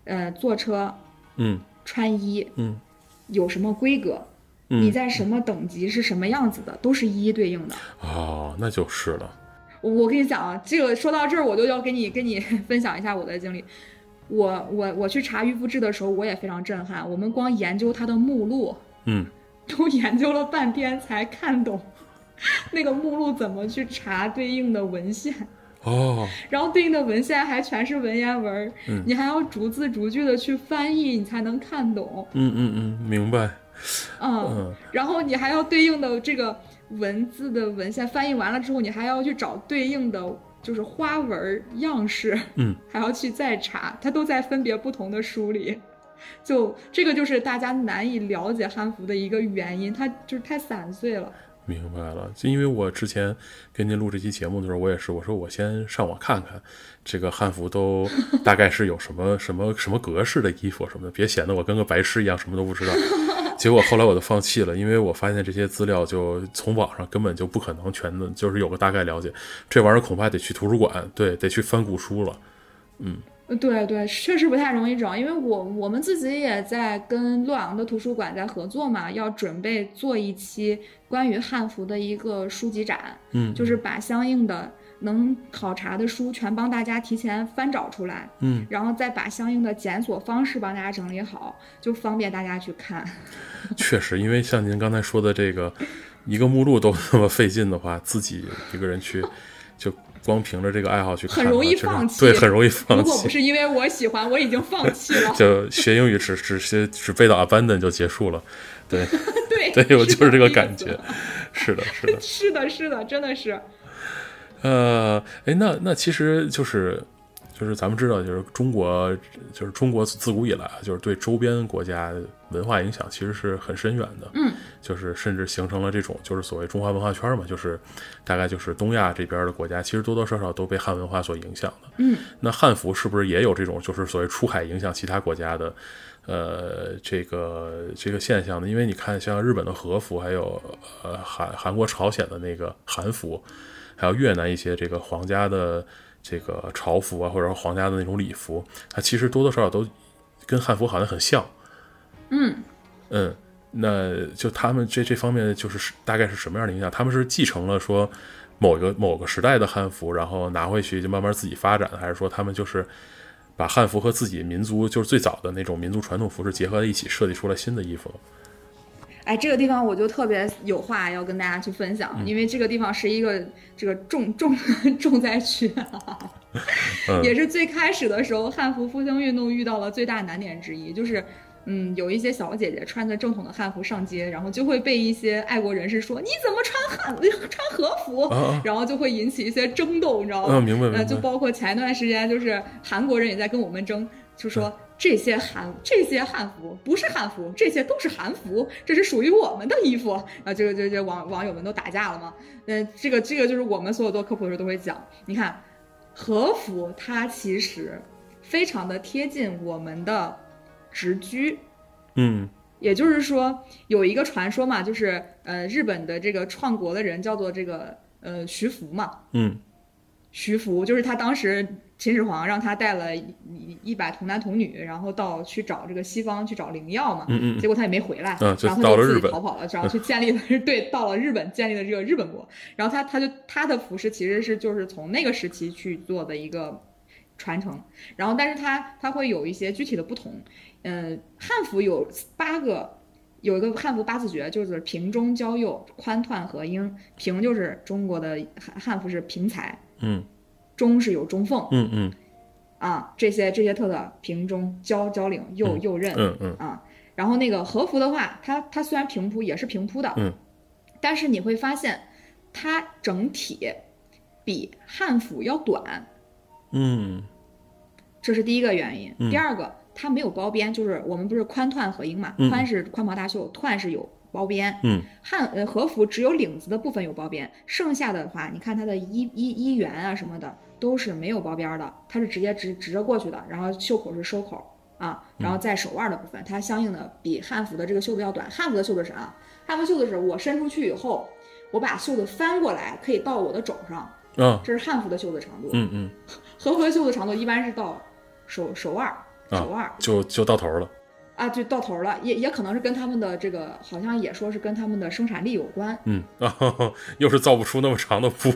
呃坐车
嗯
穿衣，
嗯，
有什么规格，
嗯
你在什么等级是什么样子的，都是一一对应的。
哦，那就是了。
我我跟你讲啊，这个说到这儿，我就要跟你跟你 (laughs) 分享一下我的经历。我我我去查鱼服制的时候，我也非常震撼。我们光研究它的目录，
嗯，
都研究了半天才看懂那个目录怎么去查对应的文献，
哦，
然后对应的文献还全是文言文儿，
嗯
你还要逐字逐句的去翻译，你才能看懂。
嗯嗯嗯，明白。
嗯，
嗯
然后你还要对应的这个文字的文献翻译完了之后，你还要去找对应的就是花纹儿样式，
嗯，
(laughs) 还要去再查，它都在分别不同的书里。 (laughs) 就这个就是大家难以了解汉服的一个原因，它就是太散碎了。
明白了，就因为我之前跟您录这期节目的时候，我也是，我说我先上网看看这个汉服都 (laughs) 大概是有什么什么什么格式的衣服什么的，别显得我跟个白痴一样什么都不知道。结果后来我就放弃了，因为我发现这些资料就从网上根本就不可能全的，就是有个大概了解。这玩意儿恐怕得去图书馆，对，得去翻古书了。
呃对对，确实不太容易找，因为我我们自己也在跟洛阳的图书馆在合作嘛，要准备做一期关于汉服的一个书籍展，
嗯，
就是把相应的能考察的书全帮大家提前翻找出来，
嗯，
然后再把相应的检索方式帮大家整理好，就方便大家去看。
确实，因为像您刚才说的这个，一个目录都那么费劲的话，自己一个人去，就光凭着这个爱好去看的话，
很容易
确实
放弃
对，很容易
如
放
果不
弃。。
是因为我喜欢，我已经放弃了
(laughs) 就学英语只只只只背到 abandon 就结束了， (laughs) 对
对，
对，我就是这个
意
感
思
觉。，是的，是的，
(laughs) 是的，是的，真的是。
呃，哎，那那其实就是就是咱们知道，就是中国就是中国自古以来啊，就是对周边国家文化影响其实是很深远的，
嗯，
就是甚至形成了这种就是所谓中华文化圈嘛，就是大概就是东亚这边的国家，其实多多少少都被汉文化所影响的。
嗯，
那汉服是不是也有这种就是所谓出海影响其他国家的？呃，这个这个现象呢，因为你看，像日本的和服，还有呃韩韩国、朝鲜的那个韩服，还有越南一些这个皇家的这个朝服啊，或者说皇家的那种礼服，它其实多多少少都跟汉服好像很像。
嗯
嗯，那就他们这这方面就是大概是什么样的影响？他们是继承了说某一个某个时代的汉服，然后拿回去就慢慢自己发展，还是说他们就是把汉服和自己民族就是最早的那种民族传统服饰结合在一起，设计出来新的衣服？
哎，这个地方我就特别有话要跟大家去分享，因为这个地方是一个这个重重 (laughs) 重灾区、啊
嗯
(laughs) 也是最开始的时候汉服复兴运动遇到了最大难点之一，就是。嗯，有一些小姐姐穿着正统的汉服上街，然后就会被一些爱国人士说你怎么穿汉穿和服，
啊啊
然后就会引起一些争斗，你知道吗？
哦啊，明白明
呃，
白。
就包括前一段时间，就是韩国人也在跟我们争，就说这些韩这些汉服不是汉服，这些都是韩服，这是属于我们的衣服啊！这个这这网网友们都打架了吗？嗯、呃，这个这个就是我们所有做科普的时候都会讲，你看和服它其实非常的贴近我们的直居，
嗯，
也就是说有一个传说嘛，就是呃日本的这个创国的人叫做这个呃徐福嘛，
嗯，
徐福就是他当时。秦始皇让他带了一一百童男童女，然后到去找这个西方去找灵药嘛，
嗯嗯
结果他也没回来，
嗯就
然后
到
他
了
就自
日
己
本嗯
逃跑了，然后去建立了、 (laughs) 对，到了日本建立了这个日本国，然后他他就他的服饰其实是就是从那个时期去做的一个传承，然后但是他他会有一些具体的不同，嗯，汉服有八个。有一个汉服八字诀，就是平中交右，宽湍合英。平就是中国的汉汉服是平裁，
嗯
中是有中缝，
嗯嗯
啊，这些这些特色平中交交领右右刃、
嗯嗯
啊，然后那个和服的话，它它虽然平铺也是平铺的，
嗯，
但是你会发现它整体比汉服要短，
嗯
这是第一个原因。
嗯
第二个，它没有包边，就是我们不是宽湍合英嘛，
嗯
宽是宽袍大袖，湍是有包边。
嗯
汉呃和服只有领子的部分有包边，剩下的话，你看它的衣衣衣缘啊什么的都是没有包边的，它是直接直直着过去的，然后袖口是收口啊，然
嗯
后在手腕的部分，它相应的比汉服的这个袖子要短。汉服的袖子是啊，汉服袖子是我伸出去以后，我把袖子翻过来可以到我的肘上，
啊
这是汉服的袖子长度。
嗯嗯，
和服的袖子长度一般是到手手腕儿，
啊
手腕儿。
就就到头了。
啊，就到头了，也也可能是跟他们的这个，好像也说是跟他们的生产力有关，
嗯啊， (laughs) 哈哈又是造不出那么长的布，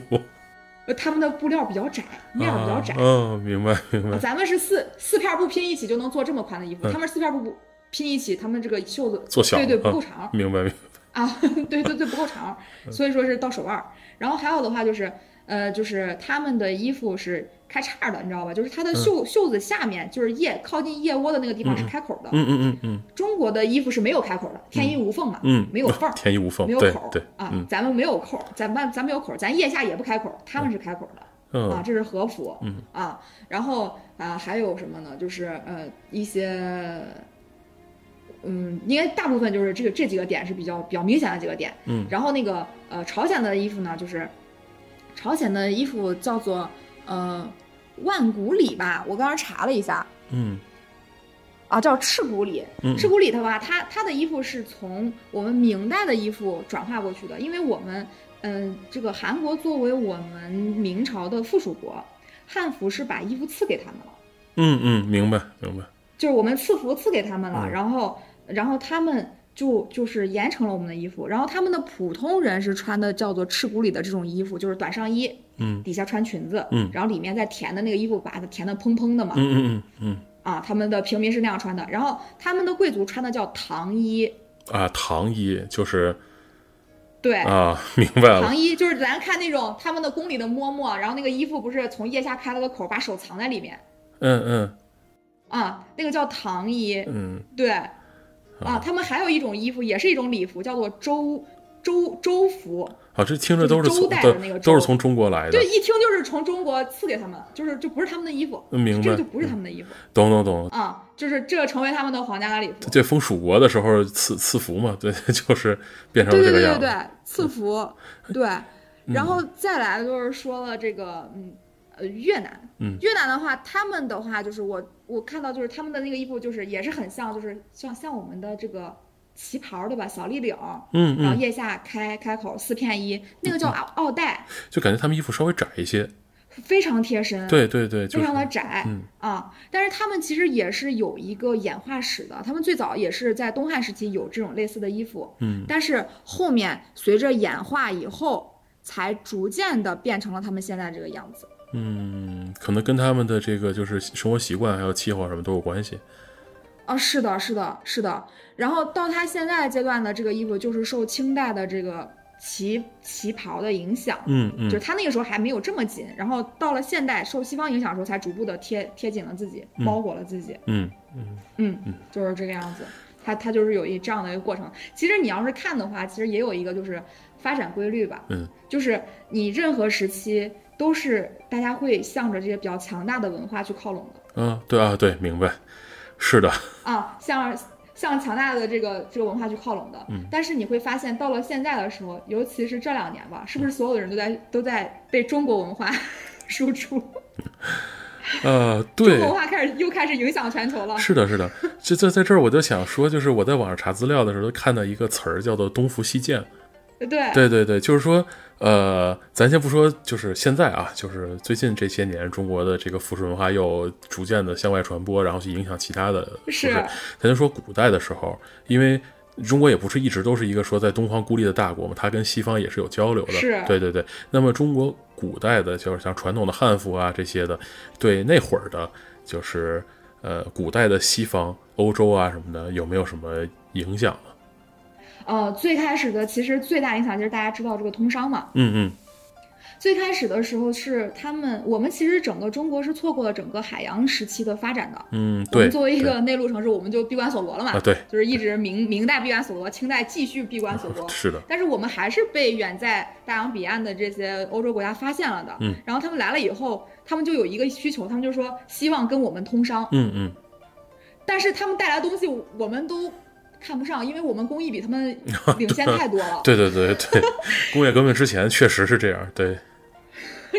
呃，他们的布料比较窄，面儿比较窄
啊。嗯、明白明白。
咱们是四四片布拼一起就能做这么宽的衣服，
嗯
他们是四片布拼一起，他们这个袖子
做小嗯
对对
了
不够长
明白明白。
啊， (laughs) 对对对不够长，
嗯
所以说是到手腕儿。然后还有的话就是，呃，就是他们的衣服是开叉的，你知道吧？就是它的袖、袖子下面就是腋靠近腋窝的那个地方是开口的。
嗯嗯嗯嗯
中国的衣服是没有开口的，天衣无缝嘛，
嗯嗯，
没有缝儿。
天衣无缝
没。有
对
口儿
对，
啊，
嗯
咱们没有口儿，咱们咱没有口儿，咱腋下也不开口儿，他们是开口儿的。啊，
嗯
这是和服，
嗯
啊，然后啊还有什么呢？就是呃一些，嗯，应该大部分就是这个这几个点是比较比较明显的几个点。
嗯
然后那个呃朝鲜的衣服呢，就是朝鲜的衣服叫做呃万古里吧，我刚刚查了一下
嗯
啊，叫赤古里。
嗯
赤古里的话，它它的衣服是从我们明代的衣服转化过去的，因为我们，嗯、这个韩国作为我们明朝的附属国，汉服是把衣服赐给他们了，
嗯嗯，明白明白。
就是我们赐服赐给他们了，
嗯
然后然后他们就就是严惩了我们的衣服，然后他们的普通人是穿的叫做赤古里的这种衣服，就是短上衣，
嗯
底下穿裙子，
嗯
然后里面再填的那个衣服，把它填的蓬蓬的嘛，
嗯嗯嗯
啊，他们的平民是那样穿的，然后他们的贵族穿的叫唐衣。
嗯啊，唐衣就是
对，
啊，明白了
哎糖。衣就是咱看那种他们的宫里的嬷嬷，然后那个衣服不是从腋下开了个口，把手藏在里面
嗯嗯
啊，那个叫糖衣。
嗯
对，啊，他们还有一种衣服，也是一种礼服，叫做周周周服。
啊，这听着都是
就是周
从
代的那个
对
周
都是从中国来的
对，，一听就是从中国赐给他们，就是就不是他们的衣服，
嗯明白
这个就不是他们的衣服
懂懂懂。
啊，就是这成为他们的皇家的礼服。
这封蜀国的时候赐赐福嘛， (laughs) 对，就是变成
对
了这个
对对对
样
对
子。，嗯
赐福， (laughs) 对，然后再来就是说了这个，嗯，呃，越南，
嗯
越南的话，他们的话就是我我看到就是他们的那个衣服就是也是很像，就是像像我们的这个旗袍对吧？小立领，
嗯
然后
嗯，
腋下开开口四片衣，那个叫袄袄带，
就感觉他们衣服稍微窄一些。
非常贴身，
对对对，就
嗯非
是
常的窄、
嗯
啊。但是他们其实也是有一个演化史的，他们最早也是在东汉时期有这种类似的衣服，
嗯
但是后面随着演化以后，才逐渐的变成了他们现在这个样子。
嗯，可能跟他们的这个就是生活习惯还有气候什么都有关系。
啊，是的，是的，是的。然后到他现在阶段的这个衣服，就是受清代的这个旗旗袍的影响，
嗯
就是
嗯
他那个时候还没有这么紧，然后到了现代受西方影响的时候，才逐步的贴贴紧了自己，包裹了自己。
嗯
嗯，就是这个样子。它它就是有一这样的一个过程。其实你要是看的话，其实也有一个就是发展规律吧。
嗯，
就是你任何时期都是大家会向着这些比较强大的文化去靠拢的。
啊，对啊对，明白。是的，
啊，向向强大的这个这个文化去靠拢的。
嗯
但是你会发现，到了现在的时候，尤其是这两年吧，是不是所有的人都在都在被中国文化 (laughs) 输出？
呃，
中
对
国，文化开始又开始影响全球了。
是的，是的，就在在这儿，我就想说，就是我在网上查资料的时候，看到一个词儿叫做“东服西渐”，
对
对对对，就是说，呃，咱先不说，就是现在啊，就是最近这些年，中国的这个服饰文化又逐渐的向外传播，然后去影响其他的服饰。
是
咱就说古代的时候，因为中国也不是一直都是一个说在东方孤立的大国嘛，它跟西方也是有交流的。
是
对对对。那么中国古代的，就是像传统的汉服啊这些的，对那会儿的，就是呃古代的西方、欧洲啊什么的，有没有什么影响呢？
呃，最开始的其实最大影响就是大家知道这个通商嘛。
嗯嗯。
最开始的时候是他们，我们其实整个中国是错过了整个海洋时期的发展的。
嗯，
我
对，
们作为一
对
个内陆城市，我们就闭关锁国了嘛。
啊，对，
就是一直明明代闭关锁国，清代继续闭关锁国。
是的，
但是我们还是被远在大洋彼岸的这些欧洲国家发现了的。
嗯，
然后他们来了以后，他们就有一个需求，他们就说希望跟我们通商，
嗯嗯。
但是他们带来的东西我们都看不上，因为我们工艺比他们领先太多
(laughs)
了。
对对对对，工业革命之前确实是这样。对，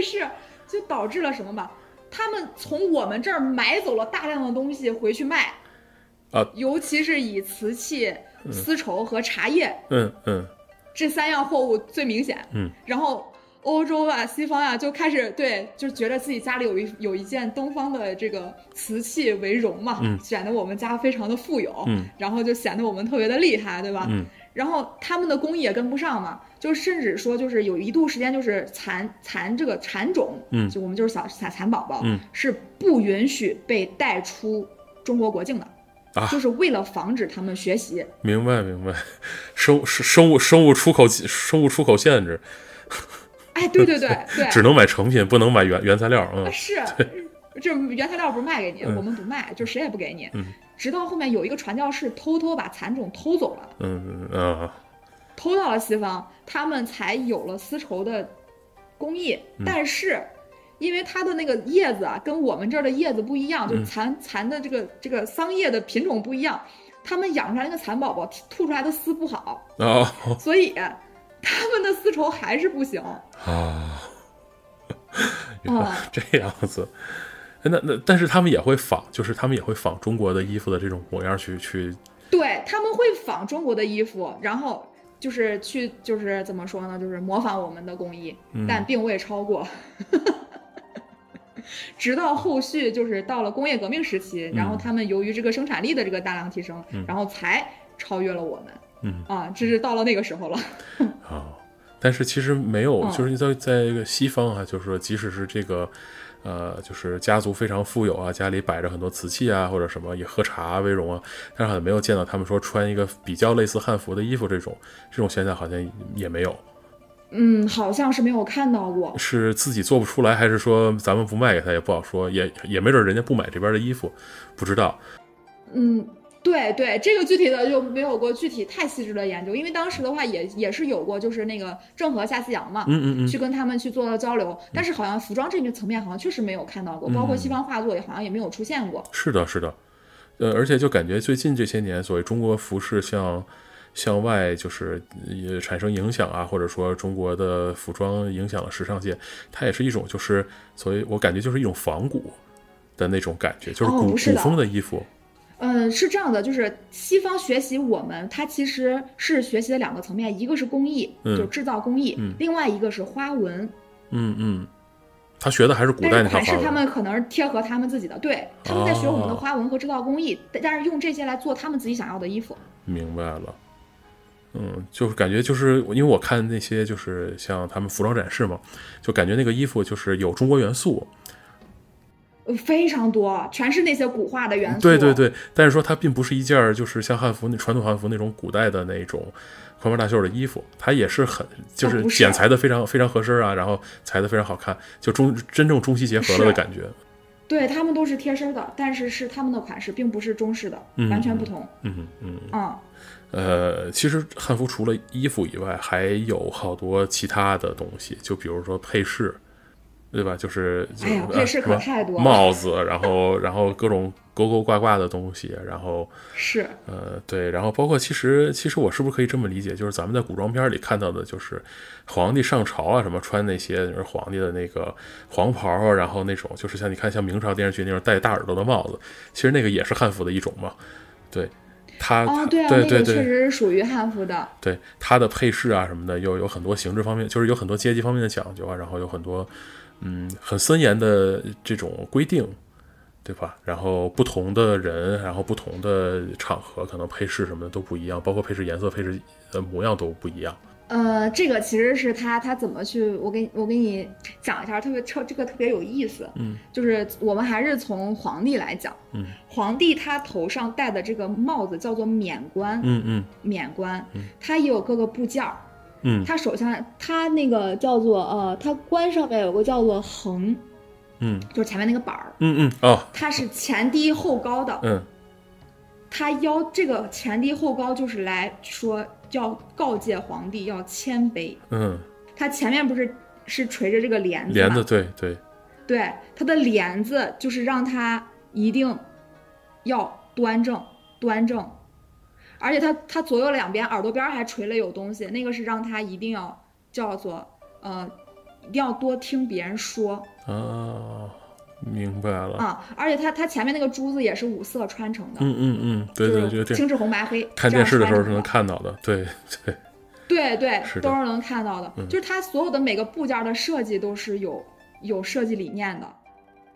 是，就导致了什么吧？他们从我们这儿买走了大量的东西回去卖，
啊
尤其是以瓷器、丝绸和茶叶
嗯嗯，
这三样货物最明显。
嗯，
然后欧洲啊、西方啊就开始对，就觉得自己家里有一有一件东方的这个瓷器为荣嘛，
嗯
显得我们家非常的富有，
嗯
然后就显得我们特别的厉害，对吧？
嗯
然后他们的工艺也跟不上嘛，就甚至说就是有一度时间就是蚕蚕这个蚕种，
嗯
就我们就是小蚕蚕宝宝，
嗯，
是不允许被带出中国国境的，
啊
就是为了防止他们学习。
明白明白。生生生物生物出口限生物出口限制，
哎，对
(laughs)
对对对，
只能买成品，不能买原原材料。
啊
嗯
是，这原材料不是卖给你，
嗯
我们不卖，就谁也不给你。
嗯
直到后面有一个传教士偷偷把蚕种偷走了，
嗯嗯啊，
偷到了西方，他们才有了丝绸的工艺。但是，因为它的那个叶子啊，跟我们这儿的叶子不一样，就是蚕蚕的这个这个桑叶的品种不一样，他们养出来那个蚕宝宝吐出来的丝不好，
啊
所以他们的丝绸还是不行。
啊，原来 (laughs) 这样子。哎那那但是他们也会仿，就是他们也会仿中国的衣服的这种模样去去
对，他们会仿中国的衣服，然后就是去就是怎么说呢，就是模仿我们的工艺，但并未超过。 (laughs) 直到后续就是到了工业革命时期，然后他们由于这个生产力的这个大量提升，然后才超越了我们。
嗯
啊，这是到了那个时候了。
啊，但是其实没有，
嗯
就是在在这个西方啊，就是说，即使是这个，呃，就是家族非常富有啊，家里摆着很多瓷器啊，或者什么以喝茶为荣啊，但是好像没有见到他们说穿一个比较类似汉服的衣服这种这种现象，好像也没有。
嗯，好像是没有看到过。
是自己做不出来，还是说咱们不卖给他也不好说，也也没准人家不买这边的衣服，不知道。
嗯，对对，这个具体的就没有过具体太细致的研究，因为当时的话也也是有过，就是那个郑和下西洋嘛，
嗯嗯嗯，
去跟他们去做到交流，但是好像服装这个层面好像确实没有看到过，包
嗯
括西方画作也好像也没有出现过。
是的，是的。呃，而且就感觉最近这些年，所谓中国服饰向向外就是也产生影响啊，或者说中国的服装影响了时尚界，它也是一种就是所谓我感觉就是一种仿古的那种感觉，就是
哦
古、
不是
古
的
风的衣服。
嗯，是这样的，就是西方学习我们，它其实是学习的两个层面，一个是工艺，
嗯
就制造工艺，
嗯
另外一个是花纹，
嗯嗯，他学的还是古代
但
那
是
套
款式
花
他
纹。
们可能是贴合他们自己的，对，他们在学我们的
哦
花纹和制造工艺，但是用这些来做他们自己想要的衣服。
明白了。嗯，就是感觉就是因为我看那些就是像他们服装展示嘛，就感觉那个衣服就是有中国元素，
呃非常多，全是那些古画的元素。
对对，对，但是说它并不是一件儿就是像汉服那传统汉服那种古代的那种宽帮大袖的衣服，它也是很就
啊
是
不是
剪裁的非常非常合身啊，然后裁的非常好看，就中真正中西结合了的
是
感觉。
对他们都是贴身儿的，但是是他们的款式，并不是中式的，
嗯
完全不同。
嗯嗯，
嗯，
呃，其实汉服除了衣服以外，还有好多其他的东西，就比如说配饰，对吧？就是，就
哎呀，
呃
配饰
什
可
么
太多了，
帽子，然后然后各种勾勾挂挂的东西，然后
是
呃，对，然后包括其实其实我是不是可以这么理解，就是咱们在古装片里看到的，就是皇帝上朝啊，什么穿那些就是皇帝的那个黄袍啊，然后那种就是像你看像明朝电视剧那种戴大耳朵的帽子，其实那个也是汉服的一种嘛。对，他、
哦，
他
对啊，
对
那
对
个确
对
实是属于汉服的，
对，它的配饰啊什么的，又有很多形制方面，就是有很多阶级方面的讲究啊，然后有很多嗯很森严的这种规定，对吧？然后不同的人，然后不同的场合，可能配饰什么的都不一样，包括配饰颜色、配饰呃模样都不一样。
呃，这个其实是他他怎么去，我给我给你讲一下，特别特这个特别有意思。
嗯，
就是我们还是从皇帝来讲，
嗯，
皇帝他头上戴的这个帽子叫做冕冠，
嗯嗯
冕冠
嗯，
它也有各个部件儿，
嗯
它手上它那个叫做呃，它冠上面有个叫做横，
嗯
就是前面那个板儿，
嗯嗯哦
它是前低后高的，
嗯
它腰这个前低后高就是来说要告诫皇帝要谦卑。
嗯
它前面不是是垂着这个帘子吗？
帘子对对
对，它的帘子就是让它一定要端正端正，而且它它左右两边耳朵边儿还垂了有东西，那个是让它一定要叫做呃，一定要多听别人说
啊，明白了。
啊、而且它它前面那个珠子也是五色穿成的，
嗯嗯嗯，对对对
就是
对，
青赤红白黑，
看
这样
电视的时
穿
候
成
是能看到的，对对，
对对，
是的嗯
都是能看到的。就是它所有的每个部件的设计都是有有设计理念的，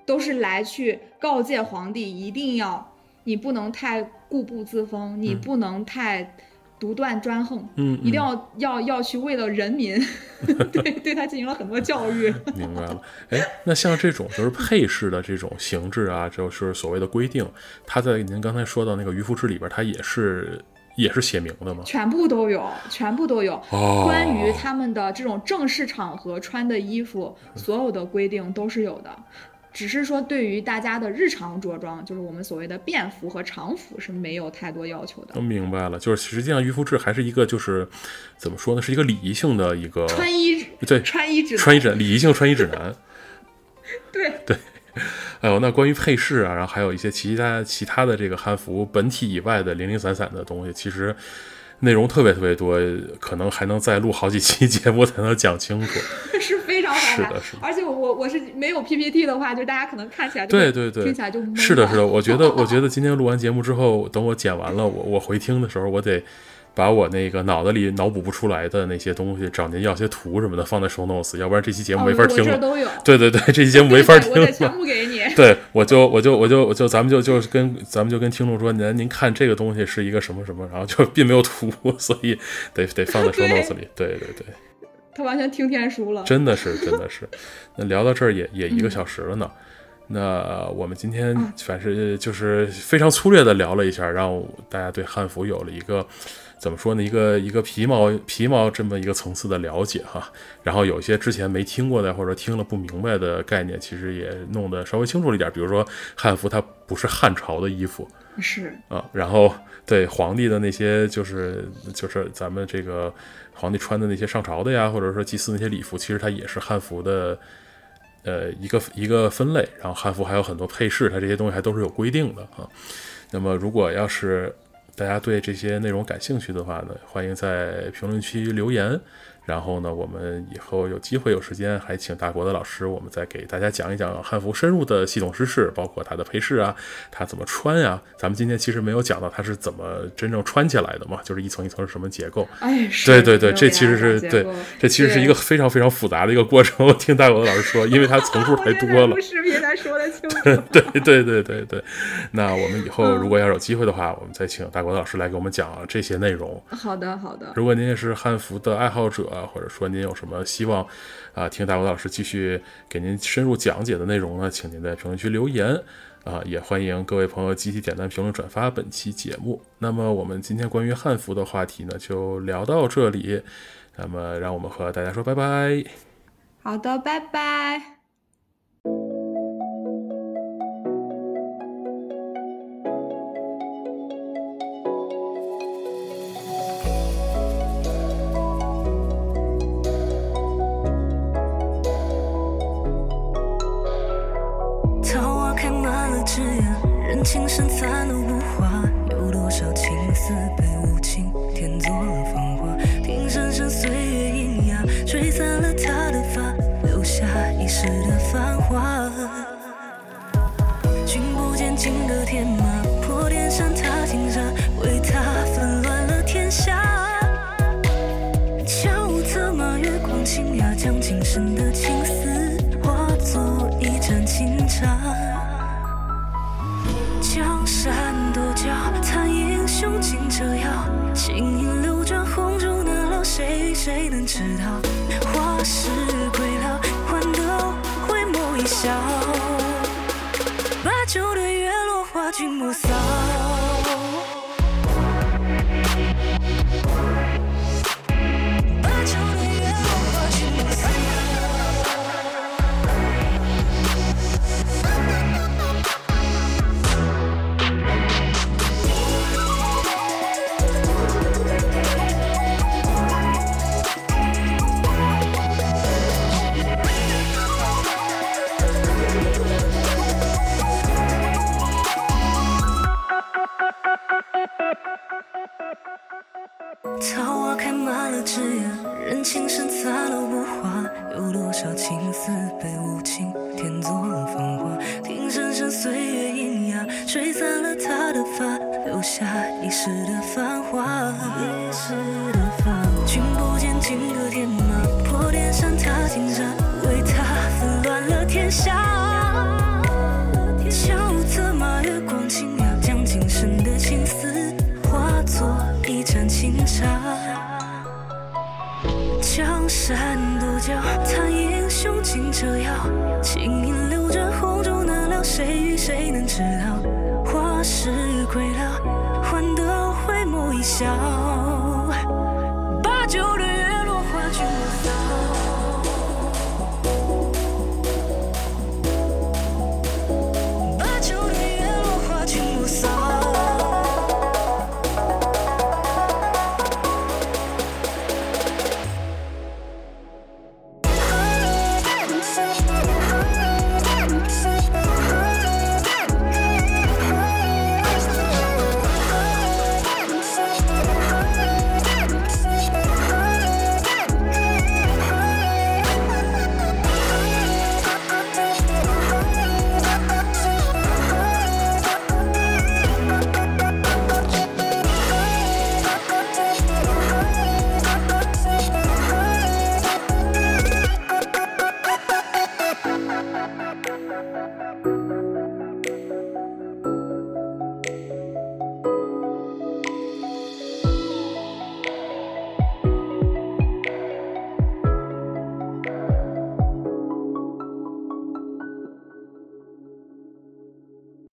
都是来去告诫皇帝一定要，你不能太固步自封，你不能太独断专横，
嗯嗯
一定。要要要去为了人民， (laughs) 对对他进行了很多教育。
明白了，哎，那像这种就是配饰的这种形制啊，就是所谓的规定，它在您刚才说到那个《渔夫志》里边，它也是也是写明的吗？
全部都有，全部都有。
哦
关于他们的这种正式场合穿的衣服，
嗯
所有的规定都是有的。只是说，对于大家的日常着装，就是我们所谓的便服和常服是没有太多要求的
都。明白了，就是实际上《渔夫志》还是一个就是怎么说呢，是一个礼仪性的一个
穿衣
对
穿衣指南
穿衣指礼仪性穿衣指南。
对
哎呦，那关于配饰啊，然后还有一些其他其他的这个汉服本体以外的零零散散的东西，其实内容特别特别多，可能还能再录好几期节目才能讲清楚。
是非常
是
好
的是的
而且我我是没有 PPT 的话，就大家可能看起来就
对
会
对对，
听起来就懵
是的，
了
是的。我觉得，我觉得今天录完节目之后，等我剪完了，我我回听的时候，我得把我那个脑子里脑补不出来的那些东西，找您要些图什么的放在 show notes，要不然这期节目没
哦
法
我
听
这
了。
儿都有，
对对对，这期节目没法
对
听
对我得
了。
全部给你。
对，我就我就我就我就咱们就就是跟咱们就跟听众说，您您看这个东西是一个什么什么，然后就 (laughs) 并没有图，所以得得放在 show
对
notes 里。对对对。
他完全听天书了。嗯
真的
(laughs)
是，真的是。那聊到这儿也也一个小时了呢。那我们今天
啊
反正就是非常粗略的聊了一下，让大家对汉服有了一个怎么说呢，一个一个皮毛皮毛这么一个层次的了解哈。然后有一些之前没听过的或者听了不明白的概念，其实也弄得稍微清楚了一点。比如说汉服它不是汉朝的衣服，
是
啊，然后对皇帝的那些就是就是咱们这个皇帝穿的那些上朝的呀，或者说祭祀那些礼服，其实它也是汉服的呃一个一个分类。然后汉服还有很多配饰，它这些东西还都是有规定的啊。那么如果要是大家对这些内容感兴趣的话呢，欢迎在评论区留言。然后呢，我们以后有机会有时间，还请大国的老师，我们再给大家讲一讲汉服深入的系统知识，包括它的配饰啊，它怎么穿呀、咱们今天其实没有讲到它是怎么真正穿起来的嘛，就是一层一层是什么结构。
哎，是
对对对，
没有
这其实
给大家
是
讲
对
结构，
这其实是
对
一个非常非常复杂的一个过程。我听大国的老师说，因为它层数
我
太
觉得
多了
(laughs) 录。视频才说
(laughs)
得清楚。
对对对对对，那我们以后如果要有机会的话，我们再请大国的老师来给我们讲这些内容。
好的，好的，
如果您也是汉服的爱好者，或者说您有什么希望啊、听大国老师继续给您深入讲解的内容呢，请您在评论区留言啊、也欢迎各位朋友积极点赞、评论、转发本期节目。那么我们今天关于汉服的话题呢，就聊到这里。那么让我们和大家说拜拜。
好的，拜拜。
情深残露无华，有多少情丝被无情填作了芳华？听声声岁月喑哑，吹散了他的发，留下一世的繁华。寻不见金戈铁马，破天山踏金沙，为他纷乱了天下。悄无策马，月光倾轧，将今生的情丝化作一盏清茶。江山多娇，残英雄尽折腰。情影流转，红烛难料，谁谁能知道？花是归了，换得回眸一笑，把酒对月落花君莫扫。把酒对月落花君莫扫。桃花开满了枝桠，人情深残了无话。有多少情丝被无情填作了芳华？听声声岁月喑哑，吹散了他的发，留下一世的繁华。一世的繁华，君不见金戈铁马，破天山踏金沙，为他纷乱了天下。悄无策马，月光倾轧，将今生的情丝化作一盏清茶。江山多娇，残英雄尽折腰。情影流转，红烛难料，谁与谁能知道？花是归了，换得回眸一笑。